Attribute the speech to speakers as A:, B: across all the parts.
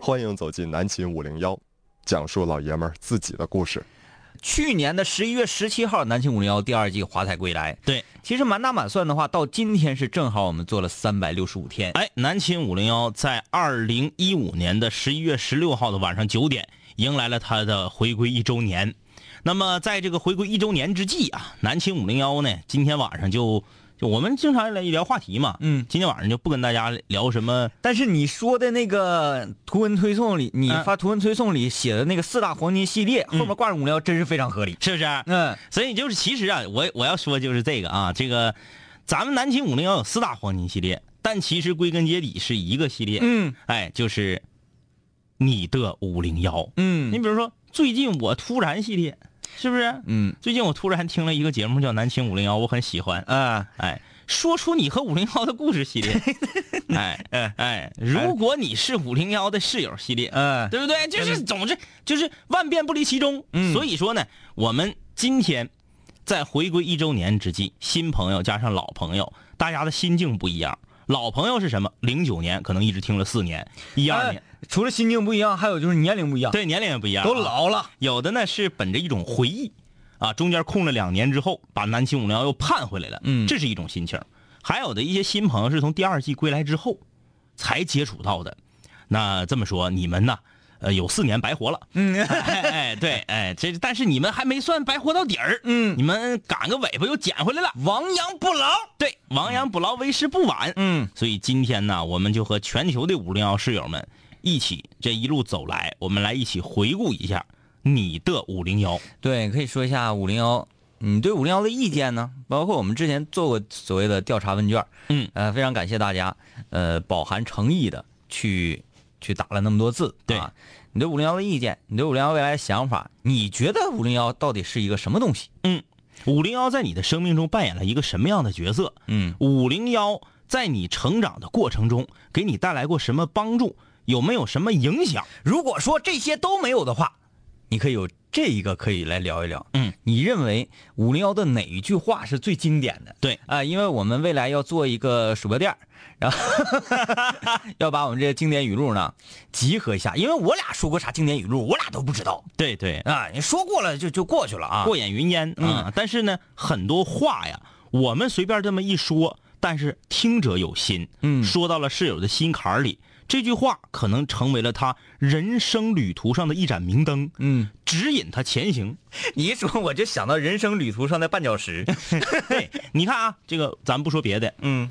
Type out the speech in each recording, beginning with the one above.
A: 欢迎走进南秦五零幺，讲述老爷们儿自己的故事。
B: 去年的十一月十七号，南秦五零幺第二季华彩归来。
C: 对，
B: 其实满打满算的话，到今天是正好我们做了三百六十五天。
C: 哎，南秦五零幺在二零一五年的十一月十六号的晚上九点，迎来了它的回归一周年。那么，在这个回归一周年之际啊，南秦五零幺呢，今天晚上就就我们经常来聊话题嘛，
B: 嗯
C: 今天晚上就不跟大家聊什么
B: 但是你说的那个图文推送里，你
C: 嗯
B: 发图文推送里写的那个四大黄金系列，后面挂着五零幺，真是非常合理。
C: 是不是？
B: 嗯，
C: 所以就是其实啊，我我要说就是这个啊，这个咱们南秦五零幺有四大黄金系列，但其实归根结底是一个系列，
B: 嗯
C: 哎，就是你的五零幺。
B: 嗯
C: 你比如说，最近我突然系列，是不是？
B: 嗯
C: 最近我突然听了一个节目叫《南青五零幺》，我很喜欢。
B: 啊，
C: 哎，说出你和五零幺的故 事系列。哎哎哎，如果你是五零幺的室友系列，
B: 嗯
C: 对不对？就是总之就是万变不离其宗。
B: 嗯
C: 所以说呢，我们今天在回归一周年之际，新朋友加上老朋友，大家的心境不一样。老朋友是什么？零九年可能一直听了四年，一二年，
B: 哎除了心境不一样，还有就是年龄不一样，
C: 对年龄也不一样啊，
B: 都老了。
C: 有的呢是本着一种回忆，啊，中间空了两年之后，把南秦五零幺又盼回来了，
B: 嗯
C: 这是一种心情儿。还有的一些新朋友是从第二季归来之后才接触到的，那这么说你们呢，呃，有四年白活了，嗯，哎哎对，哎这但是你们还没算白活到底儿，
B: 嗯
C: 你们赶个尾巴又捡回来了，
B: 亡羊补牢。
C: 对，亡羊补牢，为时不晚，
B: 嗯
C: 所以今天呢，我们就和全球的五零幺室友们一起这一路走来，我们来一起回顾一下你的五零幺。
B: 对，可以说一下五零幺，你对五零幺的意见呢？包括我们之前做过所谓的调查问卷，
C: 嗯，
B: 呃，非常感谢大家，呃，饱含诚意的去去打了那么多字，
C: 对
B: 啊，你对五零幺的意见，你对五零幺未来的想法，你觉得五零幺到底是一个什么东西？
C: 五零幺在你的生命中扮演了一个什么样的角色？
B: 嗯，
C: 五零幺在你成长的过程中给你带来过什么帮助？有没有什么影响？
B: 如果说这些都没有的话，你可以有这一个可以来聊一聊。
C: 嗯，
B: 你认为五零幺的哪一句话是最经典的？
C: 对
B: 啊、因为我们未来要做一个鼠标垫儿然后 要把我们这些经典语录呢集合一下，因为我俩说过啥经典语录，我俩都不知道
C: 对对，
B: 啊。你说过了就就过去了啊。
C: 过眼云烟啊、但是呢，很多话呀，我们随便这么一说，但是听者有心，
B: 嗯
C: 说到了室友的心坎儿里。这句话可能成为了他人生旅途上的一盏明灯，
B: 嗯，
C: 指引他前行。
B: 你一说我就想到人生旅途上的绊脚 石。
C: 对，你看啊，这个咱不说别的，
B: 嗯，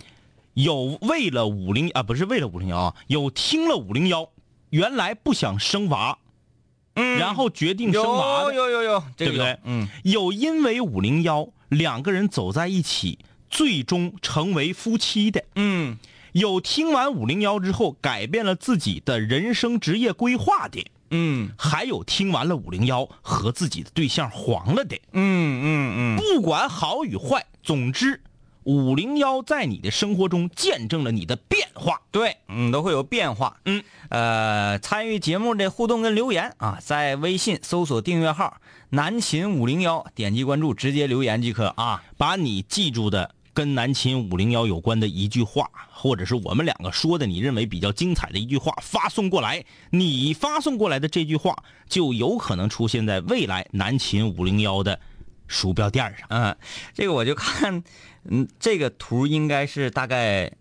C: 有为了五零啊，不是为了五零幺啊，有听了五零幺，原来不想生娃，嗯，然后决定生娃
B: 有
C: 的，
B: 有有有，这个
C: 对不对
B: 有嗯，
C: 有因为五零幺两个人走在一起，最终成为夫妻的，
B: 嗯，
C: 有听完五零幺之后改变了自己的人生职业规划的，
B: 嗯，
C: 还有听完了五零幺和自己的对象黄了的，
B: 嗯嗯嗯，
C: 不管好与坏，总之。五零幺在你的生活中见证了你的变化，
B: 对，嗯，都会有变化。
C: 嗯，
B: 呃，参与节目的互动跟留言啊，在微信搜索订阅号“南秦五零幺”，点击关注，直接留言即可啊。
C: 把你记住的跟南秦五零幺有关的一句话，或者是我们两个说的你认为比较精彩的一句话发送过来。你发送过来的这句话，就有可能出现在未来南秦五零幺的鼠标垫上。
B: 嗯，这个我就看，嗯，这个图应该是大概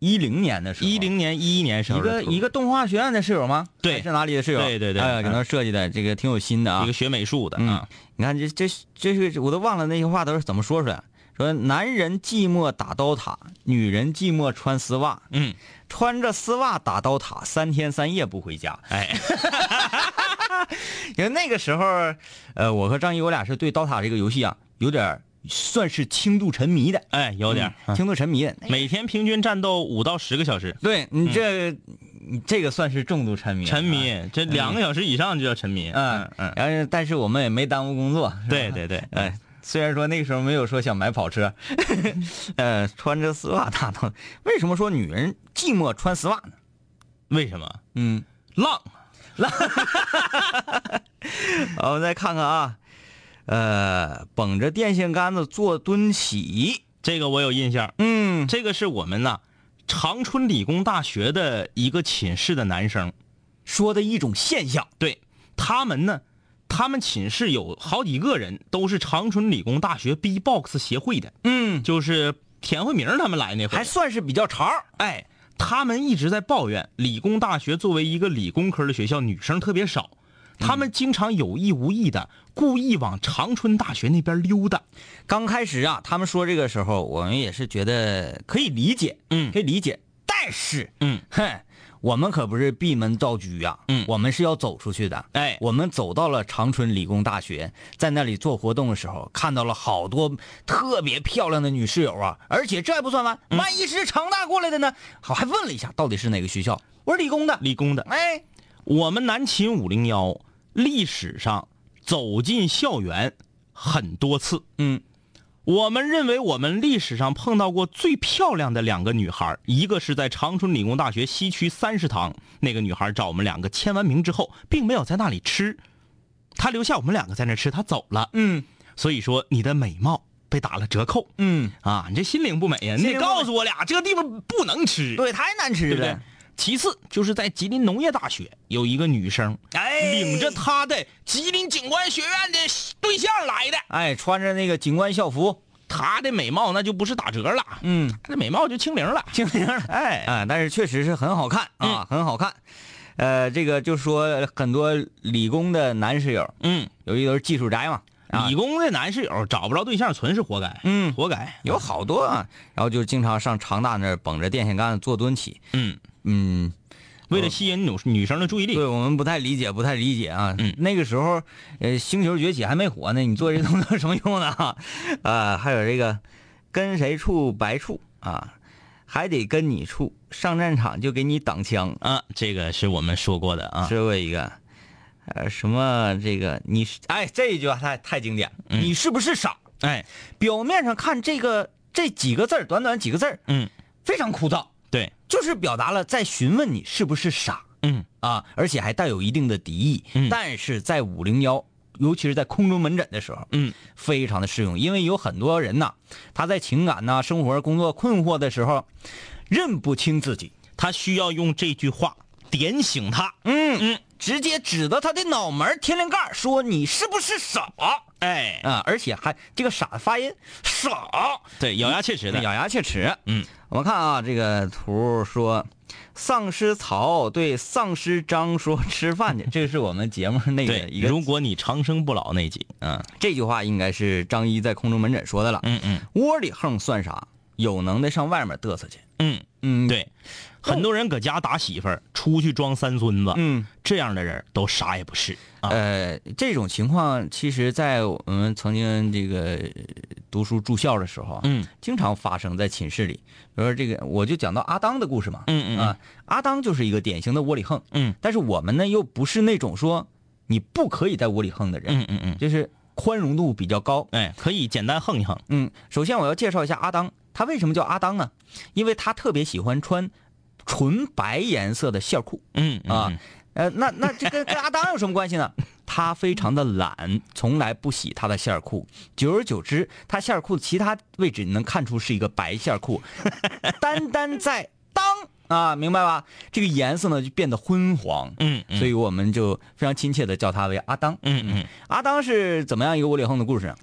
B: 一零年的时候，
C: 一零年、一一年时
B: 一
C: 候
B: 个
C: 的图
B: 一个动画学院的室友吗？
C: 对
B: 还是哪里的室友？
C: 对对对嗯
B: 哎呀，给他设计的这个挺有心的啊。
C: 一个学美术的啊，
B: 你看这这这是我都忘了那些话都是怎么说出来的。说男人寂寞打刀塔，女人寂寞穿丝袜，
C: 嗯，
B: 穿着丝袜打刀塔，三天三夜不回家。
C: 哎，
B: 因为那个时候，呃，我和张一我俩是对刀塔这个游戏啊，有点儿算是轻度沉迷的，
C: 哎，有点儿、嗯
B: 轻度沉迷的。
C: 每天平均战斗五到十个小时，
B: 对你这，你这个算是重度沉迷了啊。
C: 沉迷这两个小时以上就叫沉迷。
B: 嗯
C: 嗯，嗯，
B: 然后但是我们也没耽误工作，是吧
C: 对对对，
B: 哎，虽然说那个时候没有说想买跑车， 呃，穿着丝袜大到，为什么说女人寂寞穿丝袜呢？
C: 为什么
B: 嗯，
C: 浪？
B: 好，我们再看看啊，呃，绷着电线杆子做蹲起，
C: 这个我有印象。
B: 嗯
C: 这个是我们呐、长春理工大学的一个寝室的男生，
B: 说的一种现象。
C: 对他们呢，他们寝室有好几个人都是长春理工大学 B-box 协会的，
B: 嗯，
C: 就是田慧明他们来那会
B: 还
C: 儿，
B: 算是比较潮儿。
C: 哎，他们一直在抱怨理工大学作为一个理工科的学校，女生特别少，
B: 嗯
C: 他们经常有意无意的故意往长春大学那边溜达。
B: 刚开始啊，他们说这个时候，我们也是觉得可以理解，
C: 嗯
B: 可以理解。但是，
C: 嗯，
B: 哼，我们可不是闭门造车呀，
C: 嗯
B: 我们是要走出去的。
C: 哎
B: 我们走到了长春理工大学，在那里做活动的时候，看到了好多特别漂亮的女室友啊，而且这还不算完，万一是长大过来的呢？好，还问了一下到底是哪个学校，我说理工的，
C: 理工的，
B: 哎，
C: 我们南秦五零幺历史上走进校园很多次，
B: 嗯，
C: 我们认为我们历史上碰到过最漂亮的两个女孩，一个是在长春理工大学西区三食堂，那个女孩找我们两个签完名之后，并没有在那里吃，她留下我们两个在那吃，她走了。
B: 嗯
C: 所以说你的美貌被打了折扣
B: 嗯，
C: 啊，你这心灵不美呀！你
B: 心
C: 得
B: 灵不美
C: 告诉我俩，这个地方不能吃，
B: 对，太难吃
C: 对不
B: 了
C: 对，？其次就是在吉林农业大学有一个女生，
B: 哎，
C: 领着她的吉林警官学院的对象来的，
B: 哎，穿着那个警官校服，
C: 她的美貌那就不是打折了，
B: 嗯，
C: 她的美貌就清零了。
B: 精灵儿
C: 哎，嗯
B: 啊，但是确实是很好看啊，很好看。呃，这个就说很多理工的男室友，
C: 嗯，
B: 由于都是技术宅嘛，啊，
C: 理工的男室友找不着对象，纯是活该，
B: 嗯
C: 活该。
B: 有好多啊，然后就经常上长大那儿绷着电线杆子做蹲起。
C: 嗯，
B: 嗯，
C: 为了吸引女女生的注意力
B: 对，我们不太理解，不太理解啊。
C: 嗯
B: 那个时候，呃，星球崛起还没火呢，你做这动作有什么用呢？ 啊、还有这个跟谁处白处啊，还得跟你处，上战场就给你挡枪。
C: 啊，这个是我们说过的啊。
B: 吃过一个，呃，什么这个你是哎这一句话太太经典了，
C: 嗯
B: 你是不是傻？
C: 哎，
B: 表面上看这个这几个字儿，短短几个字儿，
C: 嗯，
B: 非常枯燥，
C: 对，
B: 就是表达了在询问你是不是傻
C: 嗯
B: 啊，而且还带有一定的敌意。
C: 嗯
B: 但是在五零幺，尤其是在空中门诊的时候，
C: 嗯，
B: 非常的适用，因为有很多人呐，他在情感呐、生活、工作困惑的时候，认不清自己，
C: 他需要用这句话点醒他。
B: 嗯嗯，直接指着他的脑门儿天灵盖儿说：“你是不是傻
C: 哎？”，
B: 啊，而且还这个“傻”的发音，傻，
C: 对，咬牙切齿的。
B: 咬牙切齿。
C: 嗯，
B: 我们看啊，这个图说，丧尸曹对丧尸张说吃饭去，这是我们节目那个
C: 对，
B: 一个
C: 如果你长生不老那集，嗯
B: 这句话应该是张一在空中门诊说的了。
C: 嗯嗯
B: 窝里横算啥？有能耐上外面嘚瑟去。
C: 嗯，
B: 嗯，，
C: 对，很多人搁家打媳妇儿，出去装三孙子，
B: 嗯。
C: 这样的人都啥也不是啊。
B: 呃，这种情况其实，在我们曾经这个呃读书住校的时候，
C: 嗯，
B: 经常发生在寝室里。比如说这个，我就讲到阿当的故事嘛，
C: 嗯嗯
B: 啊，阿当就是一个典型的窝里横，
C: 嗯，
B: 但是我们呢又不是那种说你不可以在窝里横的人，
C: 嗯嗯嗯，
B: 就是宽容度比较高。
C: 哎，可以简单横一横。
B: 嗯，首先我要介绍一下阿当，他为什么叫阿当呢？因为他特别喜欢穿纯白颜色的线裤。
C: 嗯
B: 啊，呃，那那这跟跟阿当有什么关 系呢？他非常的懒，从来不洗他的线儿裤。久而久之，他线儿裤其他位置你能看出是一个白线儿 裤，单单在当啊，明白吧？这个颜色呢就变得昏黄，
C: 嗯嗯
B: 所以我们就非常亲切的叫他为阿当。
C: 嗯嗯
B: 阿当是怎么样一个窝里横的故事呢？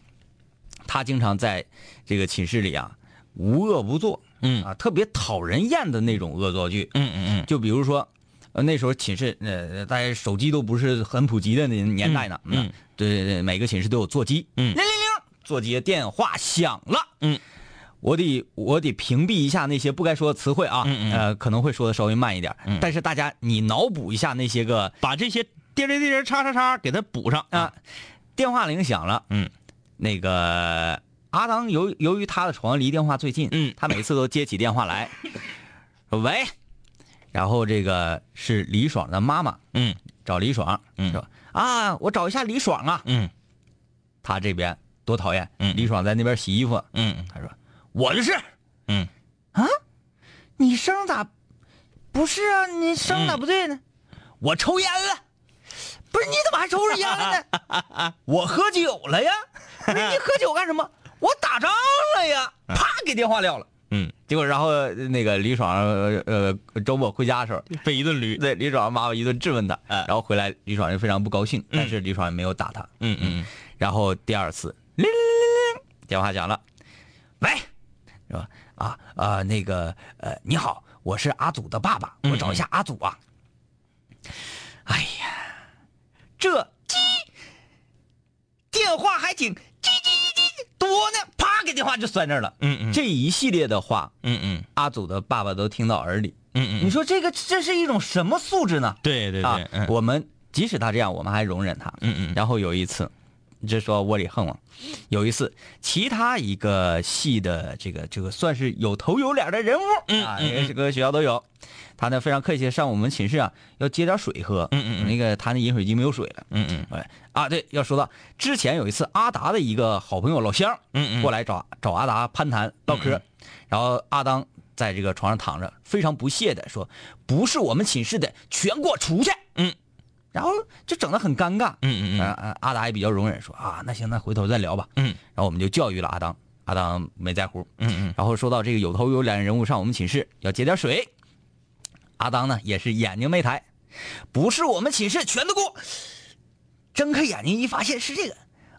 B: 他经常在这个寝室里啊无恶不作，
C: 嗯
B: 啊，特别讨人厌的那种恶作剧，
C: 嗯嗯
B: 就比如说，呃，那时候寝室呃，大家手机都不是很普及的年年代呢，
C: 嗯嗯
B: 对对对，每个寝室都有座机，
C: 嗯
B: 零零零，座机的电话响了，
C: 嗯，
B: 我得我得屏蔽一下那些不该说的词汇啊，
C: 嗯嗯
B: 呃，可能会说的稍微慢一点，
C: 嗯
B: 但是大家你脑补一下那些个
C: 把这些颠颠颠颠叉叉叉给它补上
B: 啊，，电话铃响了，
C: 嗯，
B: 那个阿当由由于他的床离电话最近，
C: 嗯
B: 他每次都接起电话 来，说喂，然后这个是李爽的妈妈
C: 嗯
B: 找李爽，
C: 嗯
B: 说啊，我找一下李爽啊，
C: 嗯
B: 他这边多讨厌，
C: 嗯
B: 李爽在那边洗衣服，
C: 嗯
B: 他说我就是，
C: 嗯
B: 你声咋不是啊？你声咋不对呢？我抽烟了。不是你怎么还抽着烟了呢？ 我喝嗯酒了呀！不是你喝酒干什么？我打仗了呀！啪，给电话撂了。
C: 嗯，
B: 结果然后呃那个李爽呃呃周末回家的时候，
C: 被一顿捋。
B: 对李爽妈妈一顿质问他，
C: 哎
B: 然后回来李爽就非常不高兴，但是李爽也没有打他。
C: 嗯嗯，
B: 然后第二次，铃铃铃铃铃，电话响了，喂，是吧？啊啊、呃那个呃，你好，我是阿祖的爸爸，我找一下阿祖啊。哎呀，这鸡电话还挺叽叽叽叽多呢，啪给电话就摔那儿了。
C: 嗯嗯
B: 这一系列的话，
C: 嗯嗯
B: 阿祖的爸爸都听到耳里。
C: 嗯嗯，
B: 你说这个这是一种什么素质呢？
C: 对对
B: 啊
C: 对，，嗯
B: 我们即使他这样，我们还容忍他。
C: 嗯嗯
B: 然后有一次，这说窝里横了，有一次其他一个系的这个这个算是有头有脸的人物、
C: 嗯
B: 啊，人家各个学校都有，他呢非常客气地上我们寝室啊要接点水喝，
C: 嗯嗯嗯
B: 那个他那饮水机没有水了。
C: 嗯嗯
B: 哎啊，对，要说到之前有一次，阿达的一个好朋友老乡，
C: 嗯嗯
B: 过来找找阿达攀谈唠嗑，然后阿当在这个床上躺着，非常不屑的说：“不是我们寝室的，全给我出去。”
C: 嗯，
B: 然后就整得很尴尬。
C: 嗯嗯
B: 呃
C: 嗯
B: 呃阿达也比较容忍，说啊，那行，那回头再聊吧。
C: 嗯
B: 然后我们就教育了阿当，阿当没在乎。
C: 嗯嗯，
B: 然后说到这个有头有脸的人物上我们寝室要接点水，阿当呢也是眼睛没抬，不是我们寝室全都给我睁开眼睛一发现是这个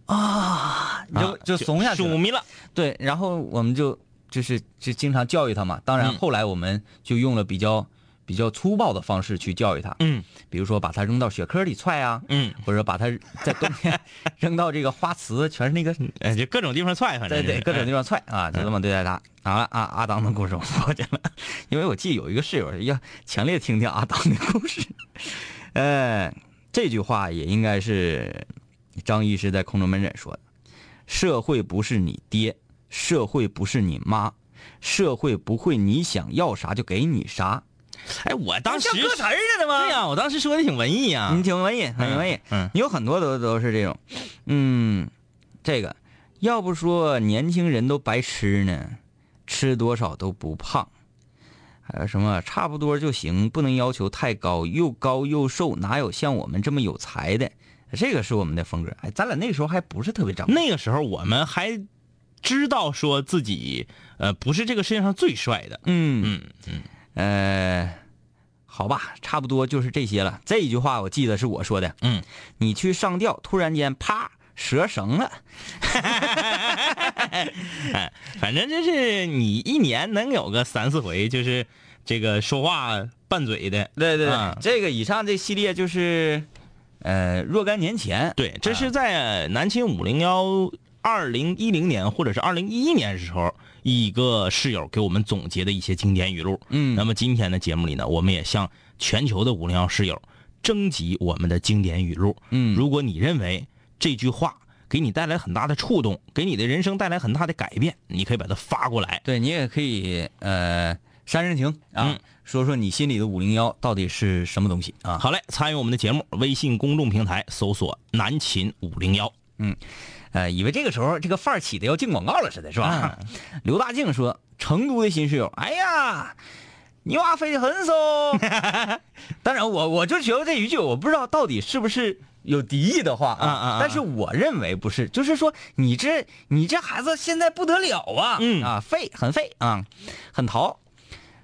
B: 啊，就就怂下去
C: 数
B: 了。
C: 迷了。
B: 对，然后我们就就是就经常教育他嘛。当然
C: 嗯
B: 后来我们就用了比较比较粗暴的方式去教育他，
C: 嗯
B: 比如说把他扔到雪坑里踹啊，
C: 嗯，
B: 或者把他在冬 天扔到这个花池，全是那个
C: 哎，就各种地方踹，反正
B: 对对，各种地方踹啊，就这么对待他。啊啊！阿当的故事我说去了，因为我记得有一个室友要强烈听听阿当的故事。呃，这句话也应该是张医师在空中门诊说的：社会不是你爹，社会不是你妈，社会不会你想要啥就给你啥。
C: 哎，我当时
B: 像歌词儿似的吗？
C: 对呀，我当时说的挺文艺啊
B: 你。挺文艺，很文艺。
C: 嗯嗯
B: 你有很多都都是这种，嗯，这个要不说年轻人都白吃呢，吃多少都不胖。还有什么差不多就行，不能要求太高，又高又瘦，哪有像我们这么有才的？这个是我们的风格。哎，咱俩那个时候还不是特别长，
C: 那个时候我们还知道说自己呃不是这个世界上最帅的。
B: 嗯嗯嗯，呃，好吧，差不多就是这些了。这一句话我记得是我说的。
C: 嗯，
B: 你去上吊，突然间啪折绳了。
C: 反正就是你一年能有个三四回，就是这个说话拌嘴的。
B: 对对对，
C: 啊
B: 这个以上这系列就是，呃，若干年前，
C: 对，这是在南秦五零幺二零一零年或者是二零一一年时候，一个室友给我们总结的一些经典语录。
B: 嗯
C: 那么今天的节目里呢，我们也向全球的五零幺室友征集我们的经典语录。
B: 嗯
C: 如果你认为这句话给你带来很大的触动，给你的人生带来很大的改变，你可以把它发过来。
B: 对你也可以呃煽煽情啊，
C: 嗯
B: 说说你心里的五零幺到底是什么东西啊？
C: 好嘞，参与我们的节目，微信公众平台搜索“南秦五零幺
B: 呃，以为这个时候这个范儿起的要进广告了似的，是吧？刘大静说，成都的新室友，哎呀，你娃飞得很松。当然我，我就觉得这一句，我不知道到底是不是有敌意的话
C: 啊啊啊
B: 但是我认为不是，就是说你这你这孩子现在不得了啊，
C: 嗯
B: 啊，废很废啊，很淘。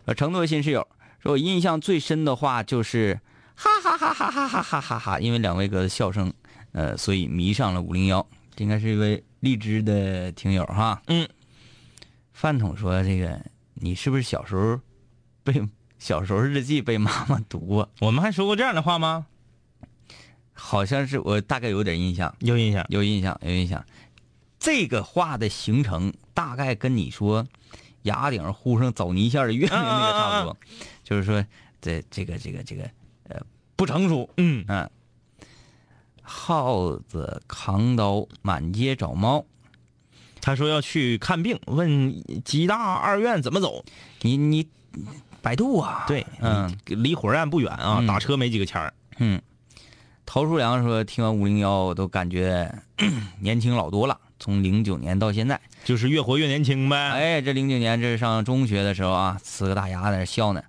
B: 呃，成都的新室友说，我印象最深的话就是，哈哈哈哈哈哈哈哈哈，因为两位哥的笑声，呃，所以迷上了五零幺。这应该是一位荔枝的听友哈。
C: 嗯。
B: 饭桶说：“这个你是不是小时候被 小时候日记被妈妈读过？””。
C: 我们还说过这样的话吗？
B: 好像是我大概有点印象，
C: 有印象？
B: 有印象，有印象。这个话的形成大概跟你说牙顶上糊上枣泥馅儿的月饼那个差不多，就是说这这个这个这个呃不成熟，
C: 嗯
B: 嗯，耗子扛刀满街找猫，
C: 他说要去看病，问吉大二院怎么走。
B: 你你百度啊，
C: 对，
B: 嗯，
C: 离火车站不远啊，
B: 嗯
C: 打车没几个钱儿。
B: 陶叔良说听完五零幺我都感觉 年轻老多了，从零九年到现在，
C: 就是越活越年轻呗。
B: 哎，这零九年这是上中学的时候啊，呲个大牙在那笑呢，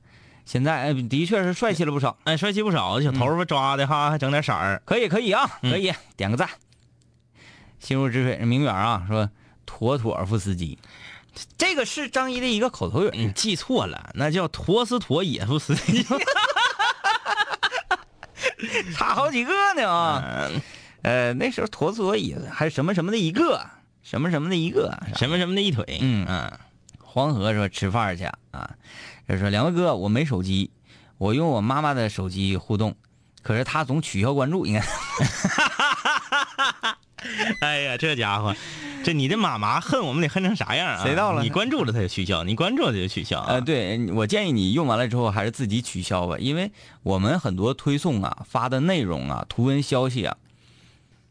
B: 现在哎的确是帅气了不少，
C: 哎，帅气不少，小头发抓的哈，还整点色儿。
B: 可以可以啊，可以、点个赞。心如止水，明远啊说妥妥夫斯基，这个是张一的一个口头语儿。
C: 你记错了，那叫陀思妥耶夫斯基。
B: 差好几个呢啊。呃，那时候陀思妥耶还是什么什么的一个，什么什么的一个。
C: 什么什么的一腿，
B: 嗯嗯，黄河说吃饭去啊，他说两位哥，我没手机，我用我妈妈的手机互动，可是她总取消关注，应该
C: 哎呀，这家伙，这你的妈妈恨我们得恨成啥样啊？
B: 谁到了
C: 你关注了他就取消，你关注了他就取消啊
B: 呃， 对我建议你用完了之后还是自己取消吧，因为我们很多推送啊发的内容啊、图文消息啊，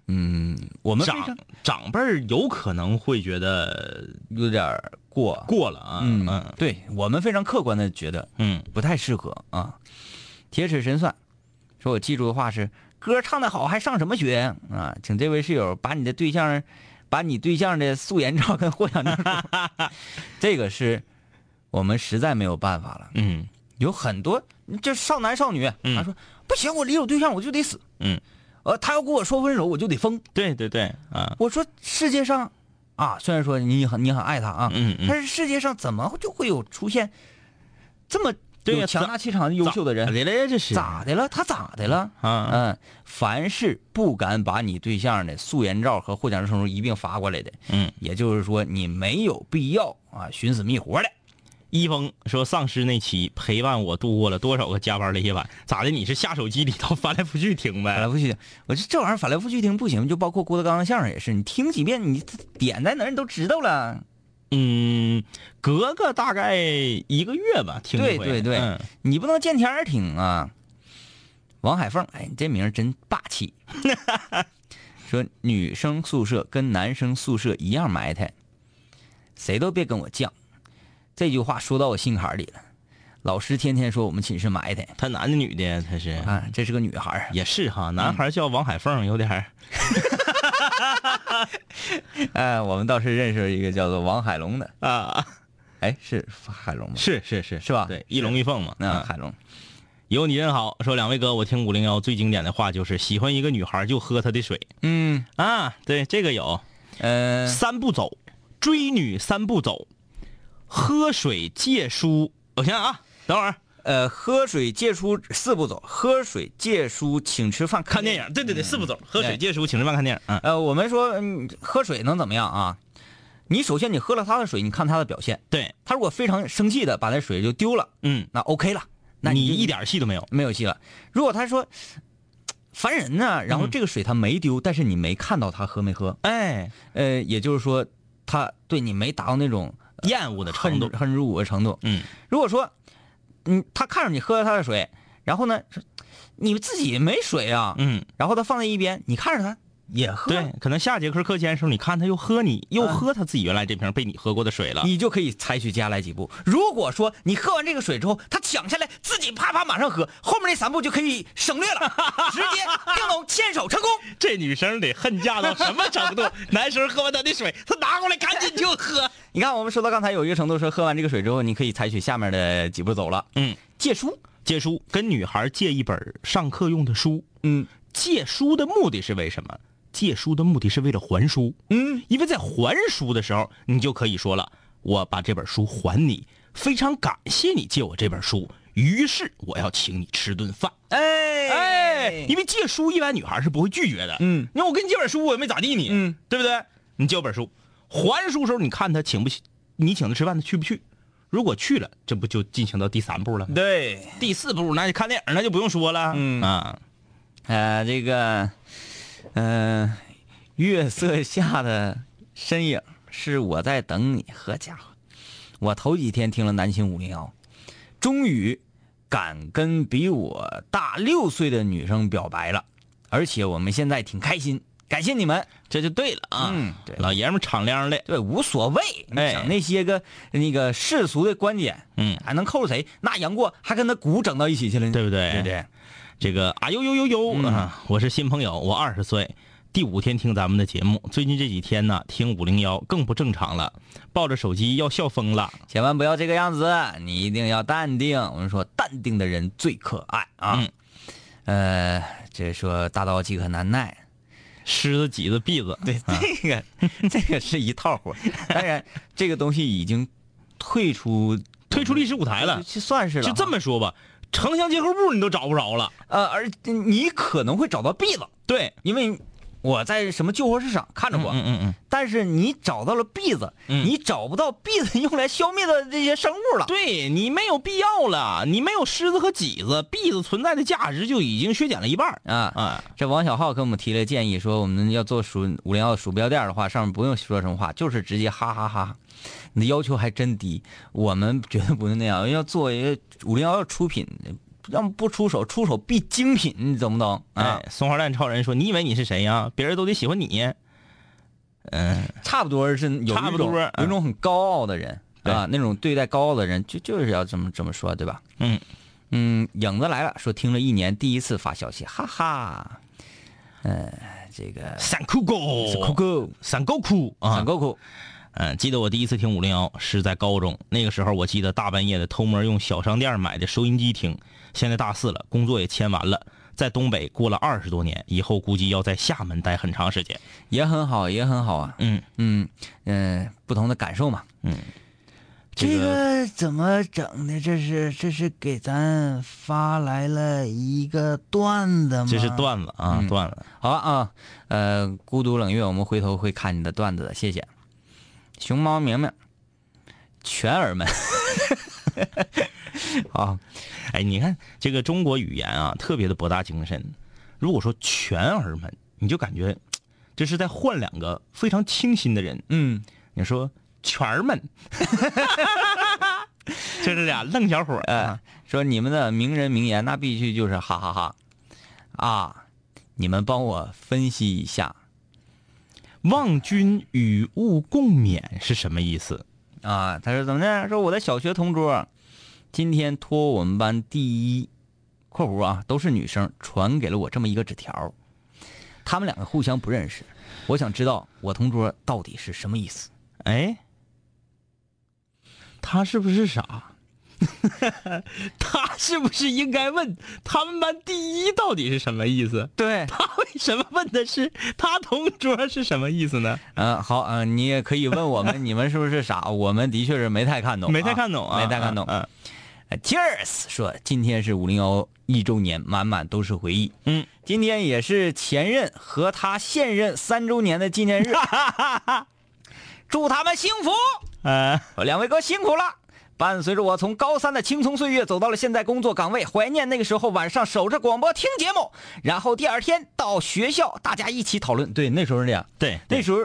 B: 嗯，我们非常
C: 长长辈儿有可能会觉得
B: 有点儿过，
C: 过了啊，
B: 嗯
C: 嗯
B: 对我们非常客观的觉得
C: 嗯，
B: 不太适合啊。铁齿神算，说我记住的话是：歌唱的好，还上什么学啊？请这位室友把你的对象，把你对象的素颜照跟获奖证书， 这个是我们实在没有办法了。
C: 嗯
B: 有很多这少男少女，
C: 嗯
B: 他说不行，我离有对象我就得死，
C: 嗯，
B: 呃，他要跟我说分手我就得疯。
C: 对对对啊，
B: 我说世界上啊，虽然说你很你很爱他啊，
C: 嗯嗯
B: 但是世界上怎么就会有出现这么
C: 对呀
B: 有强
C: 咋
B: 大气场的优秀的人
C: 咋？的了这是
B: 咋的了？他咋的了？
C: 啊
B: 嗯，凡是不敢把你对象的素颜照和获奖证书一并发过来的，
C: 嗯，
B: 也就是说你没有必要啊寻死觅
C: 哎
B: 活的。
C: 一峰说丧尸那期陪伴我度过了多少个加班的夜晚？咋的？你是下手机里头翻来覆去听
B: 反
C: 呗
B: 来？覆去，我这这玩意儿反来覆去听不行，就包括郭德纲的相声也是，你听几遍，你点在哪儿你都知道了。
C: 嗯，隔个大概一个月吧，听一
B: 对
C: 回
B: 对对
C: 嗯
B: 你不能见天儿听啊。王海凤，哎，你这名儿真霸气。 说女生宿舍跟男生宿舍一样埋汰，谁都别跟我犟。这句话说到我心坎儿里了。老师天天说我们寝室埋汰
C: 他男的女的呀？他是
B: 啊，这是个女孩儿。
C: 也是哈，男孩叫王海凤，有点儿
B: 哎，我们倒是认识一个叫做王海龙的，
C: 啊，
B: 哎，是海龙吗？
C: 是是是
B: 是吧
C: 对，一龙一凤嘛。
B: 那
C: 啊
B: 海龙，
C: 有你真好，说两位哥，我听五零幺最经典的话就是喜欢一个女孩就喝她的水
B: 嗯，
C: 啊，对这个有
B: 呃，
C: 三不走，追女三不走，喝水借书，我想想啊，等会儿
B: 呃，喝水、借书四步走：喝水、借书、请吃饭、
C: 看
B: 电
C: 电影，对对对，四不走，喝
B: 哎
C: 水借书，请吃饭看电影，嗯，
B: 呃，我们说、嗯、喝水能怎么样啊？你首先你喝了他的水，你看他的表现，
C: 对，
B: 他如果非常生气的把那水就丢了，
C: 嗯，
B: 那 OK 了，那
C: 你
B: 就
C: 一点戏都没有，
B: 没有戏了。如果他说烦人呢，然后
C: 嗯
B: 这个水他没丢，但是你没看到他喝没喝，
C: 哎，
B: 呃，也就是说他对你没达到那种
C: 厌恶的程
B: 恨
C: 度，
B: 恨入伍的程度。
C: 嗯，
B: 如果说嗯他看着你喝了他的水，然后呢说你自己没水啊，
C: 嗯，
B: 然后他放在一边，你看着他也喝，
C: 对，可能下节课课间的时候，你看他又喝你，又
B: 啊
C: 喝他自己原来这瓶被你喝过的水了，
B: 你就可以采取接下来几步。如果说你喝完这个水之后，他抢下来自己啪啪马上喝，后面那三步就可以省略 了，直接叮咚牵手成功。
C: 这女生得恨嫁到什么程 度？男生喝完她的水，她拿过来赶紧就喝。
B: 你看，我们说到刚才有一个程度说，喝完这个水之后，你可以采取下面的几步走了。
C: 嗯，
B: 借书，
C: 借书，跟女孩借一本上课用的书。
B: 嗯
C: 借书的目的是为什么？借书的目的是为了还书，
B: 嗯，
C: 因为在还书的时候，你就可以说了：“我把这本书还你，非常感谢你借我这本书。”于是我要请你吃顿饭。
B: 哎
C: 哎，因为借书一般女孩是不会拒绝的。
B: 嗯，
C: 那我给你借本书，我也没咋地你，
B: 嗯，
C: 对不对？你借我本书，还书时候你看他请不请，你请他吃饭，他去不去？如果去了，这不就进行到第三步了吗？
B: 对，
C: 第四步那就看电影，那就不用说了。
B: 嗯
C: 啊，
B: 呃，这个，嗯，月色下的身影是我在等你。呵家伙，我头几天听了南秦五零幺，终于敢跟比我大六岁的女生表白了，而且我们现在挺开心，感谢你们。
C: 这就对了啊。
B: 嗯对
C: 老爷们儿敞亮的，
B: 对，无所谓，你
C: 哎
B: 整那些个、那个世俗的观点，
C: 嗯，
B: 还能扣谁？那杨过还跟他鼓整到一起去了，
C: 对不对？
B: 对不对？
C: 这个啊呦呦呦呦、啊！我是新朋友，我二十岁，第五天听咱们的节目，最近这几天呢，听五零幺更不正常了，抱着手机要笑疯了。
B: 千万不要这个样子，你一定要淡定。我们说，淡定的人最可爱啊。呃，这说大刀饥渴难耐，
C: 狮子、挤子、篦子，
B: 对，这个、这个是一套活儿。 当然，这个东西已经退出
C: 退出历史舞台了。啊
B: 就算是了。
C: 就这，么说吧，城乡结合部你都找不着了。
B: 呃，而你可能会找到篦子，
C: 对，
B: 因为我在什么旧货市场看着过。
C: 嗯嗯嗯，
B: 但是你找到了篦子，
C: 嗯
B: 你找不到篦子用来消灭的这些生物了。
C: 对你没有必要了，你没有狮子和挤子，篦子存在的价值就已经削减了一半儿。
B: 啊，
C: 啊，
B: 这王小浩给我们提了建议，说我们要做鼠五零幺鼠标垫的话，上面不用说什么话，就是直接哈哈哈你的要求还真低，我们绝对不是那样，要做一个五零幺要出品，要么不出手，出手必精品，你懂不懂？啊，
C: 哎，松花蛋超人说：“你以为你是谁呀？别人都得喜欢你。
B: 差不多是有
C: 差
B: 一
C: 不
B: 种
C: 多嗯
B: 有一种很高傲的人
C: 对
B: 啊，那种对待高傲的人就就是要这么这么说，对吧？
C: 嗯
B: 嗯，影子来了，说听了一年第一次发消息，哈哈，嗯、这个
C: 散酷
B: 酷
C: 狗，
B: 酷
C: 散狗酷
B: 闪
C: 哦啊！
B: 酷酷。
C: 嗯，记得我第一次听五零幺是在高中，那个时候我记得大半夜的偷摸用小商店买的收音机听。现在大四了，工作也签完了，在东北过了二十多年，以后估计要在厦门待很长时间。
B: 也很好，也很好啊。
C: 嗯
B: 嗯嗯、呃不同的感受嘛。
C: 嗯，
B: 这
C: 这
B: 个怎么整的？这是这是给咱发来了一个段子吗？
C: 这是段子啊，
B: 嗯
C: 段子。
B: 好了啊，呃，孤独冷月，我们回头会看你的段子的，谢谢。熊猫明明，全儿们， 好，
C: 哎，你看这个中国语言啊，特别的博大精深。如果说全儿们，你就感觉这是在换两个非常清新的人。
B: 嗯，
C: 你说全儿们， 就这俩愣小伙儿。啊
B: 呃，说你们的名人名言，那必须就是哈哈哈啊！你们帮我分析一下
C: 望君与物共勉是什么意思？
B: 啊，他说怎么的？说我的小学同桌，啊今天托我们班第一（括弧啊，都是女生）传给了我这么一个纸条，他们两个互相不认识，我想知道我同桌到底是什么意思。
C: 哎，他是不是傻？ 他是不是应该问他们班第一到底是什么意思？
B: 对，
C: 他为什么问的是他同桌是什么意思呢？
B: 嗯、好，嗯、你也可以问我们，你们是不是傻？我们的确是没太看懂啊、
C: 没太看懂啊，
B: 没太看懂。
C: 嗯，
B: 呃 Cheers 说，今天是五零幺一周年，满满都是回忆。
C: 嗯，
B: 今天也是前任和他现任三周年的纪念 日，祝他们幸福。
C: 呃，
B: 两位哥辛苦了。伴随着我从高三的青葱岁月走到了现在工作岗位，怀念那个时候晚上守着广播听节目，然后第二天到学校大家一起讨论。对，那时候是这样。
C: 对，
B: 那时候，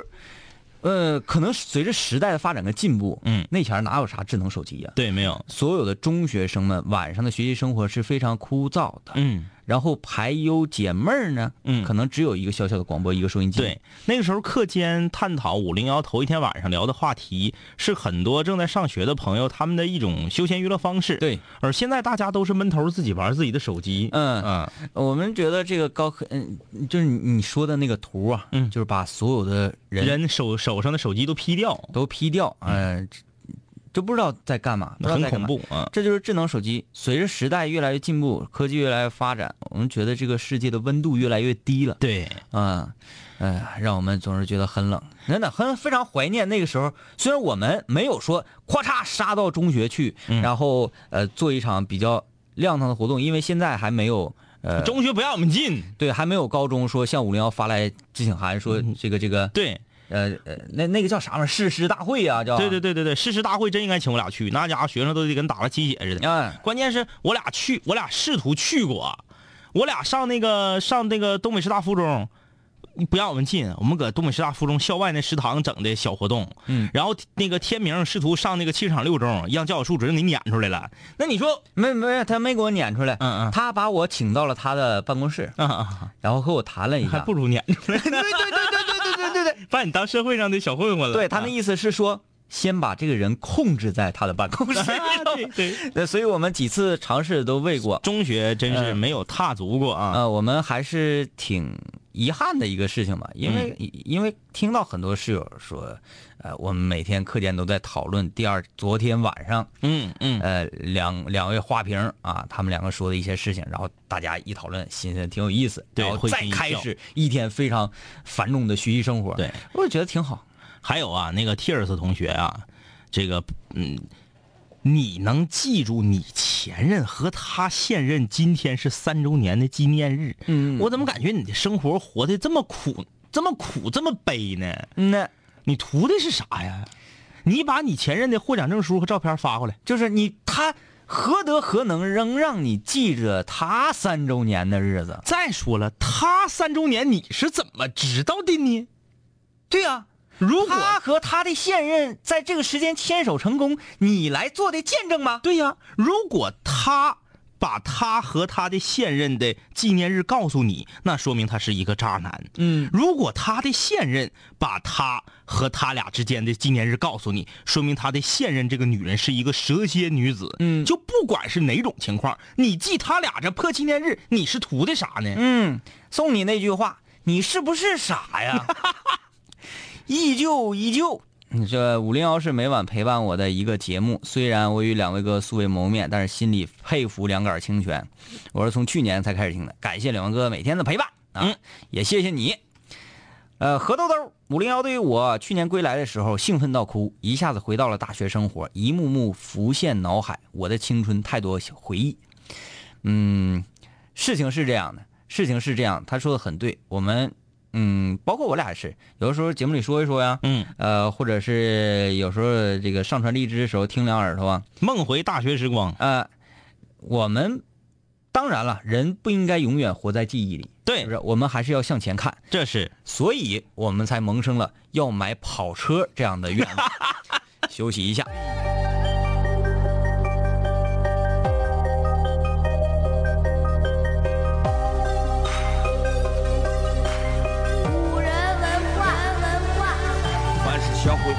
B: 呃，可能随着时代的发展跟进步，
C: 嗯
B: 那前儿哪有啥智能手机呀、
C: 对没有，
B: 所有的中学生们晚上的学习生活是非常枯燥的，
C: 嗯，
B: 然后排忧解闷儿呢，
C: 嗯
B: 可能只有一个小小的广播，一个收音机，
C: 对，那个时候课间探讨五零幺头一天晚上聊的话题，是很多正在上学的朋友他们的一种休闲娱乐方式。，
B: 对，
C: 而现在大家都是闷头自己玩自己的手机。
B: 嗯
C: 嗯
B: 我们觉得这个高科，嗯，就是你说的那个图啊，
C: 嗯
B: 就是把所有的人
C: 人手手上的手机都 P 掉，
B: 都 P 掉，嗯、就不知道在干嘛，不知道
C: 很
B: 在干
C: 恐
B: 嘛。
C: 怖啊！
B: 这就是智能手机。随着时代越来越进步，科技越来越发展，我们觉得这个世界的温度越来越低了。
C: 对，
B: 啊，哎呀，让我们总是觉得很冷，真的很非常怀念那个时候。虽然我们没有说咔嚓杀到中学去，
C: 嗯
B: 然后呃做一场比较亮堂的活动，因为现在还没有呃
C: 中学不让我们进。
B: 对还没有高中说向五零幺发来知请函
C: 嗯
B: 说这个这个
C: 对，
B: 呃呃那那个叫啥玩意儿誓师大会呀、叫
C: 对对对对对，誓师大会真应该请我俩去，那家伙学生都得跟打了鸡血似的。
B: 啊
C: 关键是我俩去，我俩试图去过，我俩上那个上那个东北师大附中，不让我们进，我们搁东北师大附中校外那食堂整的小活动，
B: 嗯，
C: 然后那个天明试图上那个汽车厂六中，让教导处主任给撵出来了。那你说，
B: 没没他没给我撵出来，
C: 嗯嗯
B: 他把我请到了他的办公室，
C: 啊啊，
B: 然后和我谈了一
C: 还
B: 下
C: 不。如撵出来。对对对对对对对对对，把你当社会上的小混混了。
B: 对他那意思是说，先把这个人控制在他的办公室里
C: 啊
B: 头
C: 对 对，
B: 对，所以我们几次尝试都未过。
C: 嗯中学真是没有踏足过啊。
B: 呃，我们还是挺遗憾的一个事情吧，因为、
C: 嗯
B: 因为听到很多室友说，呃，我们每天课间都在讨论第二昨天晚上，
C: 嗯嗯，
B: 呃，两两位花瓶儿啊，他们两个说的一些事情，然后大家一讨论，心里挺有意思，
C: 对
B: 然后
C: 会
B: 再
C: 心一
B: 开
C: 笑
B: 始一天非常繁重的学习生活，
C: 对，
B: 我觉得挺好。
C: 还有啊，那个 Tears 同学啊，这个嗯，你能记住你前任和他现任今天是三周年的纪念日？
B: 嗯
C: 我怎么感觉你的生活活得这么苦，这么苦，这么悲呢？
B: 那
C: 你图的是啥呀？你把你前任的获奖证书和照片发过来，
B: 就是你他何德何能，仍让你记着他三周年的日子？
C: 再说了，他三周年你是怎么知道的呢？
B: 对呀、啊。
C: 如果
B: 他和他的现任在这个时间牵手成功，你来哎做的见证吗？
C: 对呀、如果他把他和他的现任的纪念日告诉你，那说明他是一个渣男。
B: 嗯，
C: 如果他的现任把他和他俩之间的纪念日告诉你，说明他的现任这个女人是一个蛇蝎女子。
B: 嗯
C: 就不管是哪种情况，你记他俩这破纪念日，你是图的啥呢？
B: 嗯，送你那句话，你是不是傻 呀？依旧依旧。这五零幺是每晚陪伴我的一个节目，虽然我与两位哥素未谋面，但是心里佩服两杆儿清泉。我是从去年才开始听的，感谢两位哥每天的陪伴啊，
C: 嗯
B: 也谢谢你。呃，何豆豆五零幺对于我去年归来的时候兴奋到哭，一下子回到了大学生活，一幕幕浮现脑海，我的青春太多回忆。嗯，事情是这样的，事情是这样，他说的很对，我们嗯，包括我俩也是，有的时候节目里说一说呀，
C: 嗯，
B: 呃，或者是有时候这个上传荔枝的时候听两耳朵啊，
C: 梦回大学时光，
B: 呃，我们当然了，人不应该永远活在记忆里，是
C: 对
B: 不，是？我们还是要向前看，
C: 这是
B: 所以我们才萌生了要买跑车这样的愿望。 休息一下。
D: 古人文化，文化。
E: 凡是想毁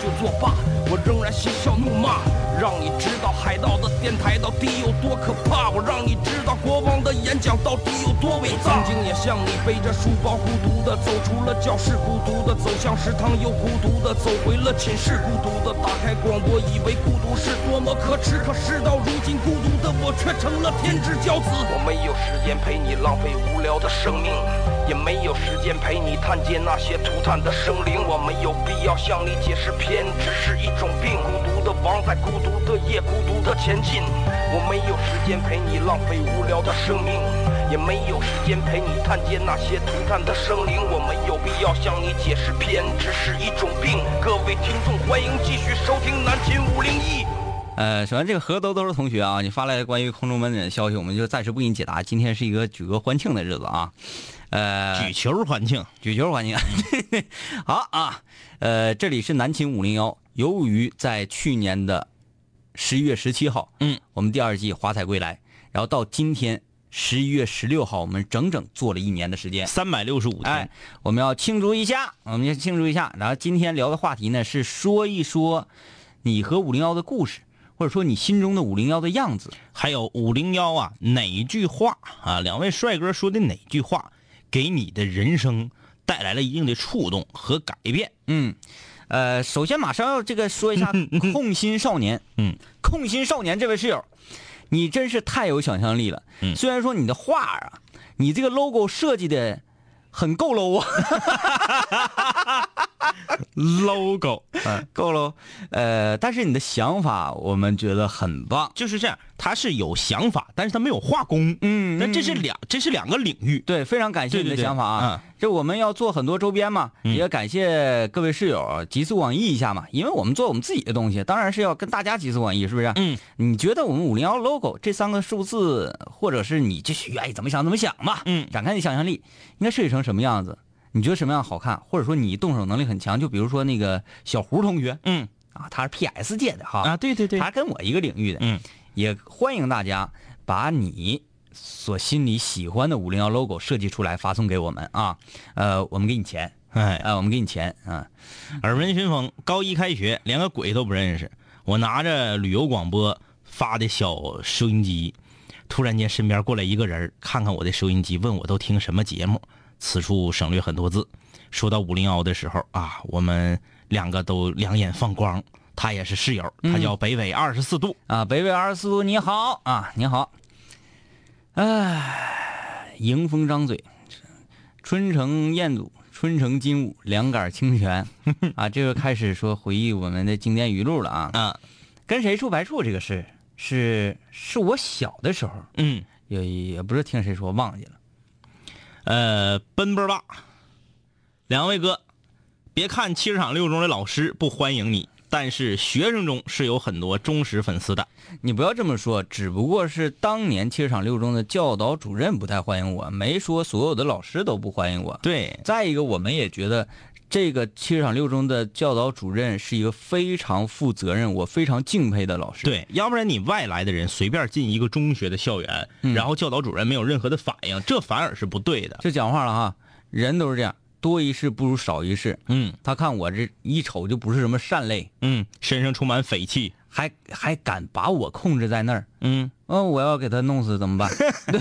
E: 就作罢，我仍然嬉笑怒骂，让你知道海盗的电台到底有多可怕，我让你知道国王的演讲到底有多伟大。曾经也像你背着书包孤独的走出了教室，孤独的走向食堂，又孤独的走回了寝室，孤独的打开广播，以为孤独是多么可耻，可事到如今，孤独的我却成了天之骄子。我没有时间陪你浪费无聊的生命。也没有时间陪你探街那些涂炭的生灵，我没有必要向你解释偏执是一种病。孤独的王在孤独的夜，孤独的前进。我没有时间陪你浪费无聊的生命，也没有时间陪你探街那些涂炭的生灵。我没有必要向你解释偏执是一种病。各位听众，欢迎继续收听南秦五零一。
B: 呃，首先这个何兜兜同学啊，你发来的关于空中门诊的消息，我们就暂时不给你解答。今天是一个举国欢庆的日子啊，呃，
C: 举球欢庆，
B: 举球环境。 好啊，呃，这里是南秦五零幺。由于在去年的十一月十七号，
C: 嗯，
B: 我们第二季华彩归来，然后到今天十一月十六号，我们整整做了一年的时间。
C: 三百六十五天。
B: 哎，我们要庆祝一下，我们要庆祝一下。然后今天聊的话题呢是说一说你和五零幺的故事，或者说你心中的五零幺的样子。
C: 还有五零幺啊，哪一句话啊？两位帅哥说的哪句话，给你的人生带来了一定的触动和改变？
B: 嗯，呃，首先马上要这个说 一下控心少年。
C: 嗯，
B: 控心少年这位室友，你真是太有想象力了。
C: 嗯
B: 虽然说你的画儿啊，你这个 logo 设计的很够 low 啊，
C: logo
B: 够 low。呃，但是你的想法我们觉得很棒。
C: 就是这样，他是有想法，但是他没有画工。
B: 嗯
C: 那这是两，这是两个领域。
B: 对，非常感谢
C: 对
B: 你的
C: 对对嗯
B: 想法啊！这我们要做很多周边嘛，也感谢各位室友集思广益一下嘛，因为我们做我们自己的东西，当然是要跟大家集思广益，是不是？
C: 嗯，
B: 你觉得我们五零幺 logo 这三个数字，或者是你就是愿意怎么想怎么想吧，
C: 嗯
B: 展开你想象力，应该设计成什么样子？你觉得什么样好看，或者说你动手能力很强，就比如说那个小胡同学，
C: 嗯
B: 啊，他是 PS 界的哈，
C: 啊，对对对，
B: 他跟我一个领域的，
C: 嗯，
B: 也欢迎大家把你所心里喜欢的五零幺 logo 设计出来发送给我们啊，呃，我们给你钱，
C: 哎，
B: 啊，我们给你钱啊，
C: 耳闻熏风，高一开学连个鬼都不认识。我拿着旅游广播发的小收音机，突然间身边过来一个人儿，看看我的收音机，问我都听什么节目。此处省略很多字。说到五零幺的时候啊，我们两个都两眼放光。他也是室友，他叫北纬二十四度。
B: 啊，北纬二十四度，你好啊，你好。唉，迎风张嘴，春城彦祖，春城金武，两杆清 泉啊，这个开始说回忆我们的经典语录了啊。
C: 啊，
B: 跟谁处白处这个事，是是我小的时候，
C: 嗯，
B: 也也不是听谁说忘记了。
C: 呃，奔波吧，两位哥，别看七十场六中的老师不欢迎你，但是学生中是有很多忠实粉丝的。
B: 你不要这么说，只不过是当年七十场六中的教导主任不太欢迎我，没说所有的老师都不欢迎我。
C: 对，
B: 再一个，我们也觉得这个七十场六中的教导主任是一个非常负责任、我非常敬佩的老师。，
C: 对，要不然你外来的人随便进一个中学的校园，然后教导主任没有任何的反应，这反而是不对的。
B: 就讲话了哈，人都是这样，多一事不如少一事。
C: 嗯
B: 他看我这一瞅就不是什么善类，
C: 嗯，身上充满匪气。
B: 还还敢把我控制在那儿。
C: 嗯
B: 嗯、我要给他弄死怎么 办？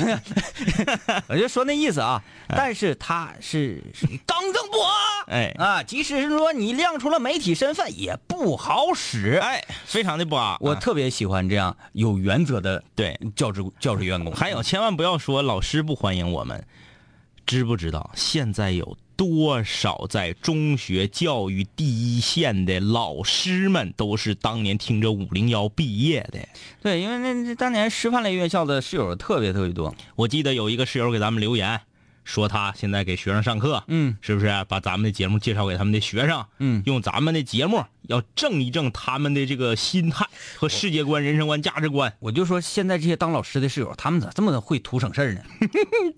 B: 对 呀，我就说那意思啊。但是他是是刚正不阿，
C: 哎
B: 啊，即使是说你亮出了媒体身份，也不好使。
C: 哎，非常的不啊。
B: 我
C: 啊
B: 特别喜欢这样有原则的
C: 对，
B: 教职教职员工，
C: 还有千万不要说老师不欢迎我们，知不知道现在有多少在中学教育第一线的老师们都是当年听着五零幺毕业的？
B: 对，因为那那当年师范类院校的室友特别特别多。
C: 我记得有一个室友给咱们留言，说他现在给学生上课，
B: 嗯
C: 是不是啊把咱们的节目介绍给他们的学生？
B: 嗯，
C: 用咱们的节目要正一正他们的这个心态和世界观、人生观、价值观。
B: 我就说现在这些当老师的室友，他们咋这么的会图省事儿呢？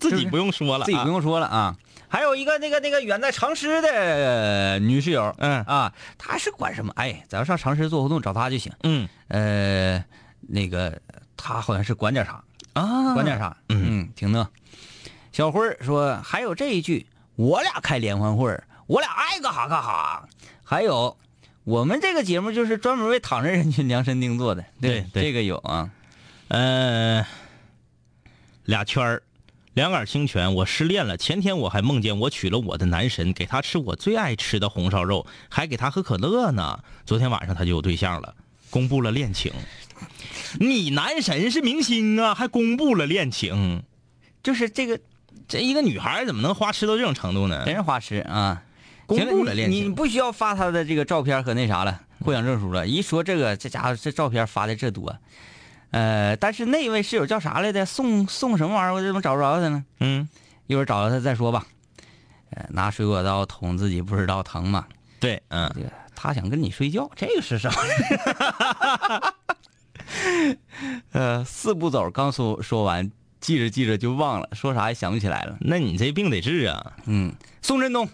C: 自己不用说了、
B: 自己不。用说了啊。还有一个那个那个远在长师的女室友，
C: 嗯
B: 啊，她是管什么？哎，咱要上长师做活动找她就行。
C: 嗯
B: 呃，那个她好像是管点啥，
C: 啊
B: 管点啥？嗯挺乐。小辉儿说还有这一句，我俩开联欢会儿，我俩爱干哈干哈。还有，我们这个节目就是专门为躺着人群量身定做的，
C: 对对
B: 这个有啊。
C: 呃，俩圈儿，两杆清泉，我失恋了。前天我还梦见我娶了我的男神，给他吃我最爱吃的红烧肉，还给他喝可乐呢。昨天晚上他就有对象了，公布了恋情。你男神是明星啊，还公布了恋情，
B: 就是这个
C: 这一个女孩怎么能花痴到这种程度呢？
B: 真是花痴啊！
C: 公
B: 行
C: 布
B: 你
C: 了恋
B: 你
C: 情
B: 你不需要发他的这个照片和那啥了，获奖证书了。一说这个，这家伙这照片发的这多，呃，但是那位室友叫啥来着？宋宋什么玩意儿？我怎么找不着他呢？
C: 嗯，
B: 一会儿找到他再说吧。呃，拿水果刀捅自己不知道疼吗？
C: 对，嗯。
B: 这个他想跟你睡觉，这个是啥？ 呃，四步走刚说说完，记着记着就忘了，说啥也想不起来了。
C: 那你这病得治啊！
B: 嗯，宋振东，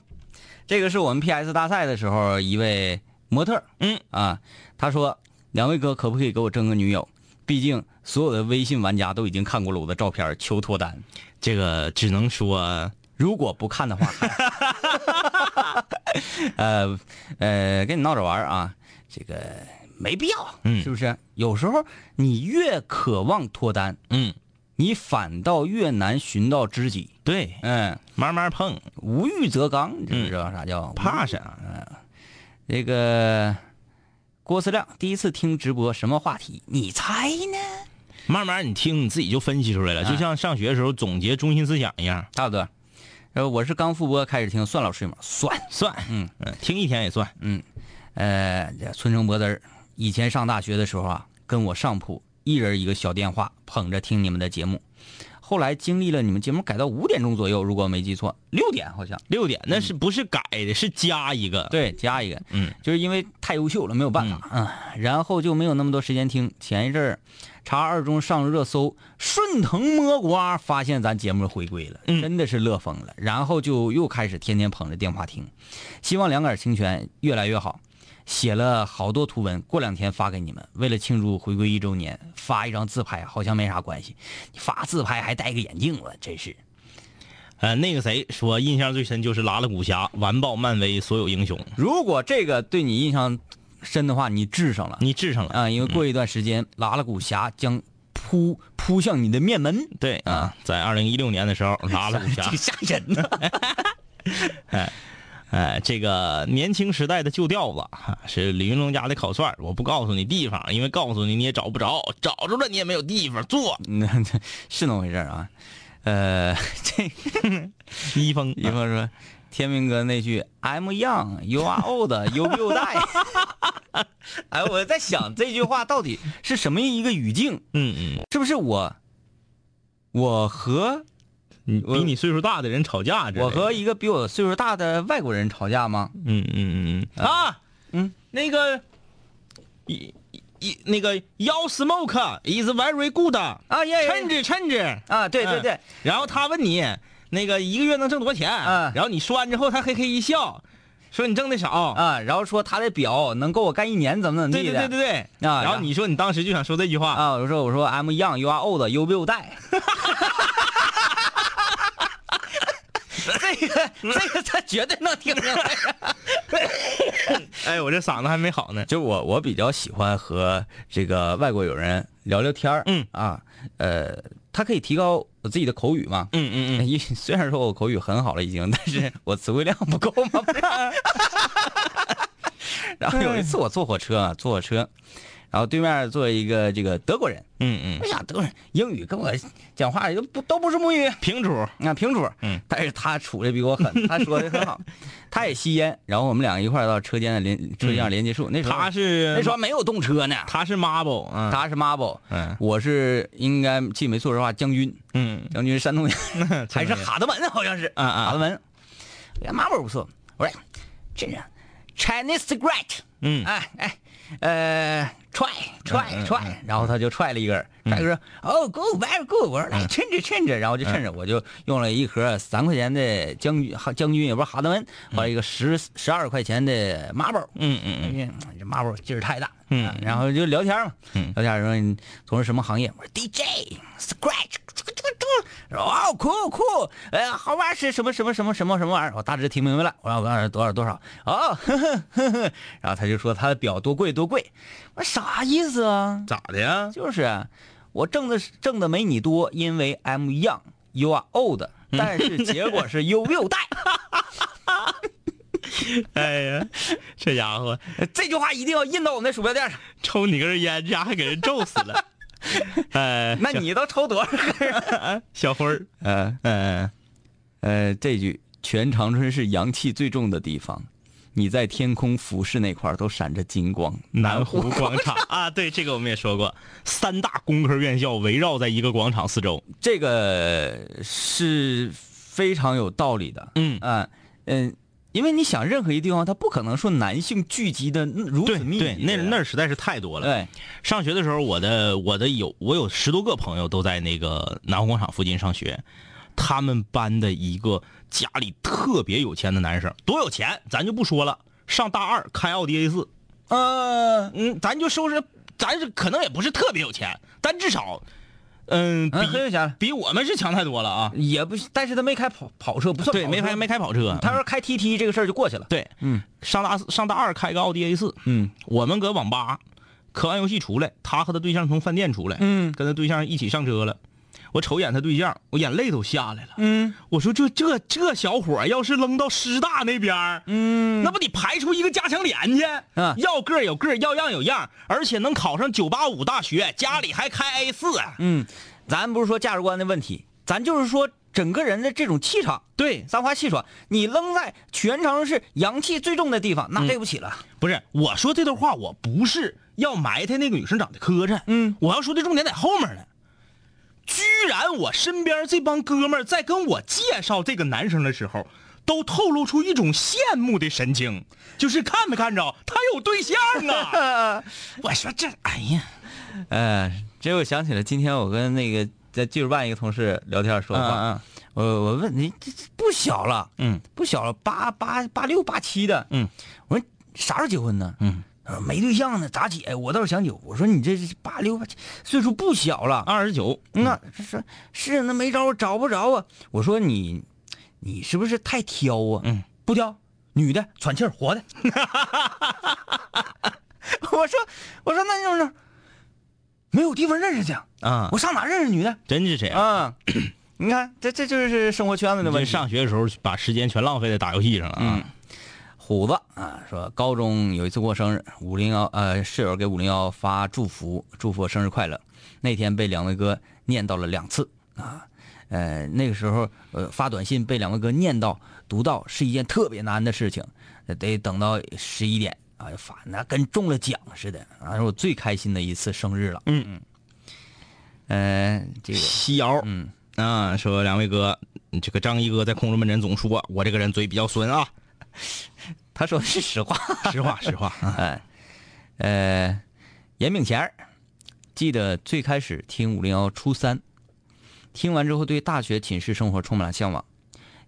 B: 这个是我们 PS 大赛的时候一位模特儿，
C: 嗯
B: 啊，他说两位哥可不可以给我争个女友？毕竟所有的微信玩家都已经看过了我的照片儿，求脱单。
C: 这个只能说，
B: 如果不看的话， 呃呃，跟你闹着玩儿啊，这个没必要，
C: 嗯
B: 是不是？有时候你越渴望脱单，
C: 嗯，
B: 你反倒越难寻到知己。
C: 对，
B: 嗯，
C: 慢慢碰，
B: 无欲则刚，你知不知道啥叫？
C: 嗯怕啥？
B: 这个郭思亮第一次听直播，什么话题？你猜呢？
C: 慢慢你听你自己就分析出来了，就像上学的时候总结中心思想一样，
B: 差不多。呃，我是刚复播开始听，算老师吗？算。
C: 算，
B: 嗯
C: 嗯，听一天也算。
B: 呃，这村城博子儿，以前上大学的时候啊，跟我上铺，一人一个小电话，捧着听你们的节目。后来经历了你们节目改到五点钟左右，如果没记错，六点好像。
C: 六点那是不是改的？是加一个。，
B: 嗯对，加一个，
C: 嗯，
B: 就是因为太优秀了，没有办法，嗯，然后就没有那么多时间听。前一阵儿查二中上热搜，顺藤摸瓜发现咱节目回归了，
C: 嗯
B: 真的是乐疯了。然后就又开始天天捧着电话听，希望两杆儿清泉越来越好。写了好多图文，过两天发给你们。为了庆祝回归一周年，发一张自拍好像没啥关系，你发自拍还戴个眼镜了，真是。
C: 呃，那个谁说印象最深就是拉拉古侠完爆漫威所有英雄，
B: 如果这个对你印象深的话，你治上了。
C: 你治上了。
B: 啊，因为过一段时间，拉拉古侠将扑扑向你的面门，
C: 对啊，哎在二零一六年的时候，拉拉古
B: 这
C: 侠
B: 个吓人呢。
C: 哎，这个年轻时代的旧调子哈是李云龙家的烤串儿我不告诉你地方，因为告诉你你也找不着，找着了你也没有地方坐。
B: 那这是那么回事儿啊？呃， 这
C: 一峰，
B: 比方说，天明哥那句 “I'm young, you are old, you will die”，哎， 我在想这句话到底是什么一个语境？
C: 嗯嗯，
B: 是不是我我和
C: 你
B: 我
C: 比你岁数大的人吵架之类的，
B: 我和一个比我岁数大的外国人吵架吗？
C: 嗯嗯嗯嗯啊，
B: 嗯，
C: 那个一一那个 Your smoke is very good，
B: 啊耶
C: 趁着趁着
B: 啊，对对对，
C: 嗯然后他问你那个一个月能挣多少钱，
B: 嗯
C: 然后你说完之后，他嘿嘿一笑，说你挣的少，
B: 啊，然后说他的表能够我干一年，怎么怎么
C: 对
B: 地
C: 对
B: 的。
C: 对对对，
B: 啊
C: 然后你说你当时就想说这句话，
B: 啊，我说我说 I'm young, you are old, you will die。这 个这个他绝对能听明白。
C: 哎，我这嗓子还没好呢，
B: 就我我比较喜欢和这个外国友人聊聊天儿，
C: 嗯
B: 啊，呃，他可以提高我自己的口语嘛。
C: 嗯嗯 嗯，
B: 因为虽然说我口语很好了已经，但是我词汇量不够嘛。 然后有一次我坐火车啊，坐火车，然后对面坐一个这个德国人，
C: 嗯嗯，
B: 哎呀，德国人英语跟我讲话也都不都不是母语，
C: 平主，
B: 啊，平主，
C: 嗯，
B: 但是他处的比我狠，他说的很 好，他也吸烟，然后我们两个一块儿到车间的连车间上连接处，那时候
C: 嗯他
B: 那
C: 是
B: 时候没有动车呢，
C: 他是 marble，嗯
B: 哎他是 marble，
C: 嗯
B: 我是应该记没错的话将军，
C: 嗯，
B: 将军山东 人，还是
C: 好。
B: 哈德门好像是，
C: 啊啊
B: 哈德门，哎呀，marble 不错，我说哎真是 Chinese great，
C: 嗯
B: 哎哎，呃，踹踹
C: 嗯
B: 踹，然后他就踹了一根儿，踹一根儿，哦，good very good，我说
C: 嗯
B: 来趁着趁着，然后就趁着我就用了一盒三块钱的将军哈将军也不是哈德门，完了一个十十二块钱的 marble，
C: 嗯嗯嗯，
B: 嗯，这 marble 劲儿太大，
C: 嗯
B: 啊然后就聊天嘛，聊天说你从事什么行业？我说 DJ scratch，说哦酷酷，呃，好玩是什么什么什么什么什么玩意儿？我大致听明白了，我让我告诉你多少多少哦，呵呵呵呵，然后他就说他的表多贵多贵，我说啥意思啊？
C: 咋的呀？
B: 就是啊我挣的挣的没你多，因为 I'm young，you are old，但
C: 嗯
B: 是结果是 you will die，
C: 哎呀，这家伙
B: 这句话一定要印到我们的鼠标垫上。
C: 抽你根烟，这家伙还给人咒死 了。哎，
B: 那你都抽多少根儿？
C: 小辉儿，
B: 呃。
C: 嗯，
B: 呃，这句全长春是阳气最重的地方，你在天空俯视那块儿都闪着金光。
C: 南湖广场啊，对，这个我们也说过，三大工科院校围绕在一个广场四周。
B: 这个是非常有道理的。
C: 嗯
B: 啊，嗯，因为你想，任何一个地方，它不可能说男性聚集的如
C: 对
B: 此密集
C: 对，那那儿实在是太多了。
B: 对，
C: 上学的时候，我的我的有我有十多个朋友都在那个南湖广场附近上学。他们班的一个家里特别有钱的男生，多有钱咱就不说了，上大二开奥迪 A 四，
B: 呃，
C: 嗯，咱就收拾，咱是可能也不是特别有钱，但至少，嗯，比、
B: 嗯，很有钱了，
C: 比我们是强太多了啊。
B: 也不，但是他没开跑跑车，不算
C: 对，
B: 跑
C: 没
B: 车嗯
C: 开没开跑车，嗯
B: 他说开 TT 这个事儿就过去了。
C: 对，
B: 嗯，
C: 上大四上大二开个奥迪 A 四，
B: 嗯，
C: 我们搁网吧磕完游戏出来，他和他对象从饭店出来，
B: 嗯
C: 跟他对象一起上车了。我瞅一眼他对象，我眼泪都下来了。
B: 嗯
C: 我说这这这小伙儿要是扔到师大那边儿
B: 嗯
C: 那不得排出一个加强连去？
B: 嗯
C: 要个儿有个儿，要样有样，而且能考上九八五大学，家里还开 A 四、啊
B: 嗯，咱不是说价值观的问题，咱就是说整个人的这种气场。
C: 对，
B: 三花气爽，你扔在全长是阳气最重的地方，那对不起 了。
C: 不是我说这段话，我不是要埋汰那个女生长得磕碜，
B: 嗯，
C: 我要说的重点在后面呢。居然我身边这帮哥们儿在跟我介绍这个男生的时候，都透露出一种羡慕的神情， 就是看没看着他有对象 啊！我说这，哎呀，
B: 呃，这我想起了今天我跟那个在技术办一个同事聊天说话，
C: 嗯嗯
B: 我我问你这这不小了，
C: 嗯，
B: 不小了，八八八六八七的，
C: 嗯，
B: 我说啥时候结婚呢？
C: 嗯
B: 他说，没对象呢，咋结？我倒是想有。我说你这是八六八七，岁数不小了，
C: 二十九，
B: 那是是那没招找不着啊。我说你，你是不是太挑啊？
C: 嗯，
B: 不挑，女的喘气儿活 的。我说我说那就是没有地方认识去，
C: 啊，
B: 我上哪认识女的
C: 真是这样。
B: 啊？ 你看这这就是生活圈子的
C: 那
B: 问
C: 么
B: 题。
C: 上学的时候把时间全浪费在打游戏上了啊！
B: 虎子啊，说高中有一次过生日，五零幺呃室友给五零幺发祝福，祝福我生日快乐。那天被两位哥念叨了两次啊，呃那个时候呃发短信被两位哥念叨读到是一件特别难的事情，呃得等到十一点啊发，那跟中了奖似的啊，是我最开心的一次生日了。嗯嗯，呃这个
C: 西瑶，
B: 嗯
C: 啊，说两位哥，这个张一哥在空中门诊总说我这个人嘴比较损啊，
B: 他说的是实话。
C: 实话实话，
B: 哎，呃，严炳前儿，记得最开始听五零幺初三，听完之后对大学寝室生活充满了向往。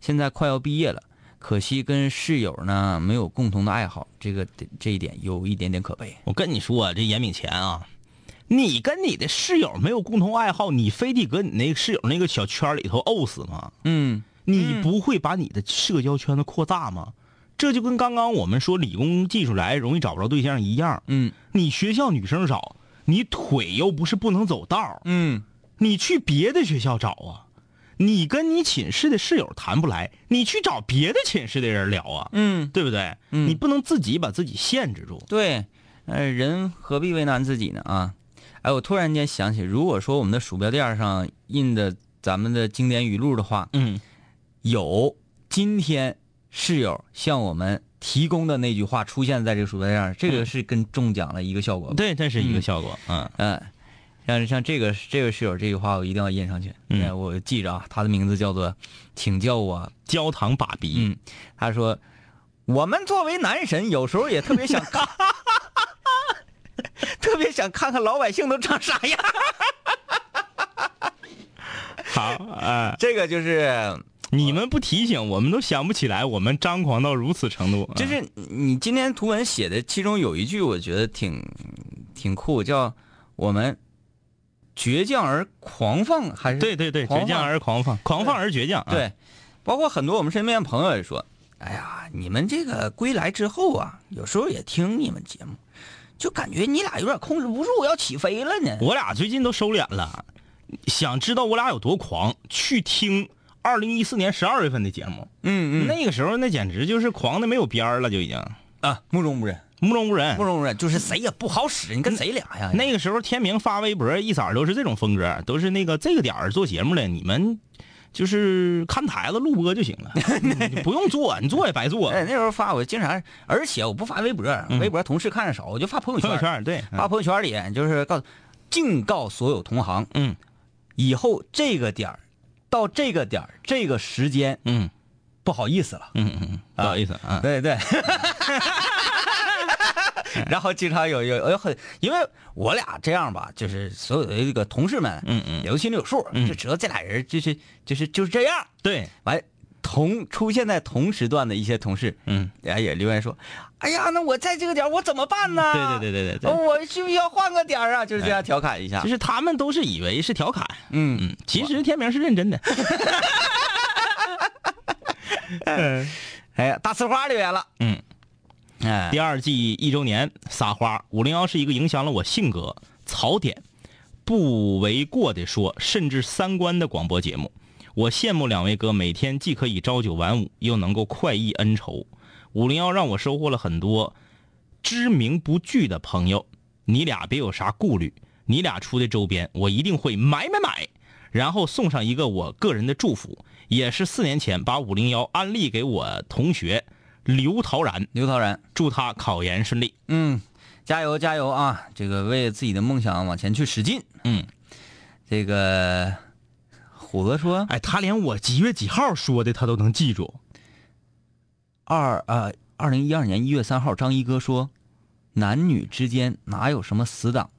B: 现在快要毕业了，可惜跟室友呢没有共同的爱好，这个这一点有一点点可悲。
C: 我跟你说、这严炳前啊，你跟你的室友没有共同爱好，你非得搁你那个室友那个小圈里头怄死吗？
B: 嗯
C: 你不会把你的社交圈子扩大吗？这就跟刚刚我们说理工技术来容易找不着对象一样，
B: 嗯
C: 你学校女生少，你腿又不是不能走道，
B: 嗯，
C: 你去别的学校找啊。你跟你寝室的室友谈不来，你去找别的寝室的人聊啊，
B: 嗯，
C: 对不对？
B: 嗯
C: 你不能自己把自己限制住。
B: 对，呃，人何必为难自己呢啊？哎，我突然间想起，如果说我们的鼠标垫上印的咱们的经典语录的话，
C: 嗯，
B: 有今天室友向我们提供的那句话出现在这个鼠标垫上，这个是跟中奖了一个效果。，
C: 对，这是一个效果。嗯
B: 嗯，像像这个这位室友这句话，我一定要印上去。
C: 嗯
B: 哎我记着啊，他的名字叫做，请叫我。
C: 焦糖爸比，
B: 嗯，他说，我们作为男神，有时候也特别想 看，特别想看看老百姓都长啥样。嗯
C: 好，哎，
B: 这个就是
C: 你们不提醒，我们都想不起来，我们张狂到如此程度。
B: 就
C: 嗯
B: 是你今天图文写的，其中有一句我觉得挺挺酷，叫“我们倔强而狂放”，还是
C: 对对对，
B: 狂
C: 倔强
B: 放
C: 而狂放，狂放而倔强。啊，
B: 对，包括很多我们身边的朋友也说：“哎呀，你们这个归来之后啊，有时候也听你们节目，就感觉你俩有点控制不住，要起飞了呢。
C: 我俩最近都收敛了。想知道我俩有多狂，去听二零一四年十二月份的节目。
B: 嗯”嗯
C: 那个时候那简直就是狂的没有边儿了，就已经
B: 啊，目中无人，
C: 目中无人
B: 目。中无人，就是谁也不好使，你跟谁俩呀？
C: 嗯那个时候天明发微博一色儿都是这种风格，都是那个这个点儿做节目了，你们就是看台子录播就 行了，嗯你不用做，你做也白 做。
B: 哎，那时候发我经常，而且我不发微博，微博同事看着少，我就发朋友
C: 嗯朋
B: 圈
C: 友。圈儿对，嗯
B: 发朋友圈里就是告诉，敬告所有同行，
C: 嗯
B: 以后这个点儿到这个点儿这个时间，
C: 嗯
B: 不好意思了。
C: 嗯嗯嗯，不好意思啊，
B: 对对。 然后经常有有有很，因为我俩这样吧，就是所有的这个同事们，
C: 嗯嗯
B: 也都心里有数，
C: 嗯
B: 就知道这俩人就是就是就是这样。
C: 对，
B: 完，同出现在同时段的一些同事，
C: 嗯，
B: 哎也留言说，哎呀，那我在这个点儿我怎么办呢？
C: 对对对对对对
B: 哦我需不需要换个点儿啊？就是这样调侃一下
C: 就。是他们都是以为是调侃，
B: 嗯
C: 嗯，其实天明是认真 的。
B: 哎呀，大呲花留言了，
C: 嗯，
B: 哎，
C: 第二季一周年撒花，五零幺是一个影响了我性格、槽点不为过的说，甚至三观的广播节目。我羡慕两位哥，每天既可以朝九晚五，又能够快意恩仇。五零幺让我收获了很多知名不具的朋友。你俩别有啥顾虑，你俩出的周边我一定会买买买，然后送上一个我个人的祝福，也是四年前把五零幺安利给我同学刘陶然。
B: 刘陶然，
C: 祝他考研顺利。
B: 嗯，加油加油啊！这个为自己的梦想往前去使劲。
C: 嗯，
B: 这个虎子说
C: 哎，他连我几月几号说的他都能记住。
B: 二呃，二零一二年一月三号，张一哥说，男女之间哪有什么死党，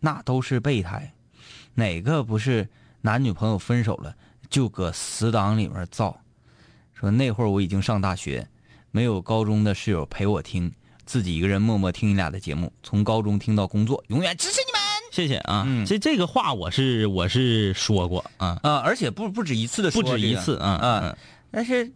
B: 那都是备胎，哪个不是男女朋友分手了就搁死党里面造？说那会儿我已经上大学，没有高中的室友陪我听，自己一个人默默听你俩的节目，从高中听到工作，永远支持你们。
C: 谢谢啊，
B: 嗯
C: 这这个话我是我是说过啊，
B: 啊、而且不不止一次的
C: 不止一次啊
B: 啊、
C: 嗯
B: 但是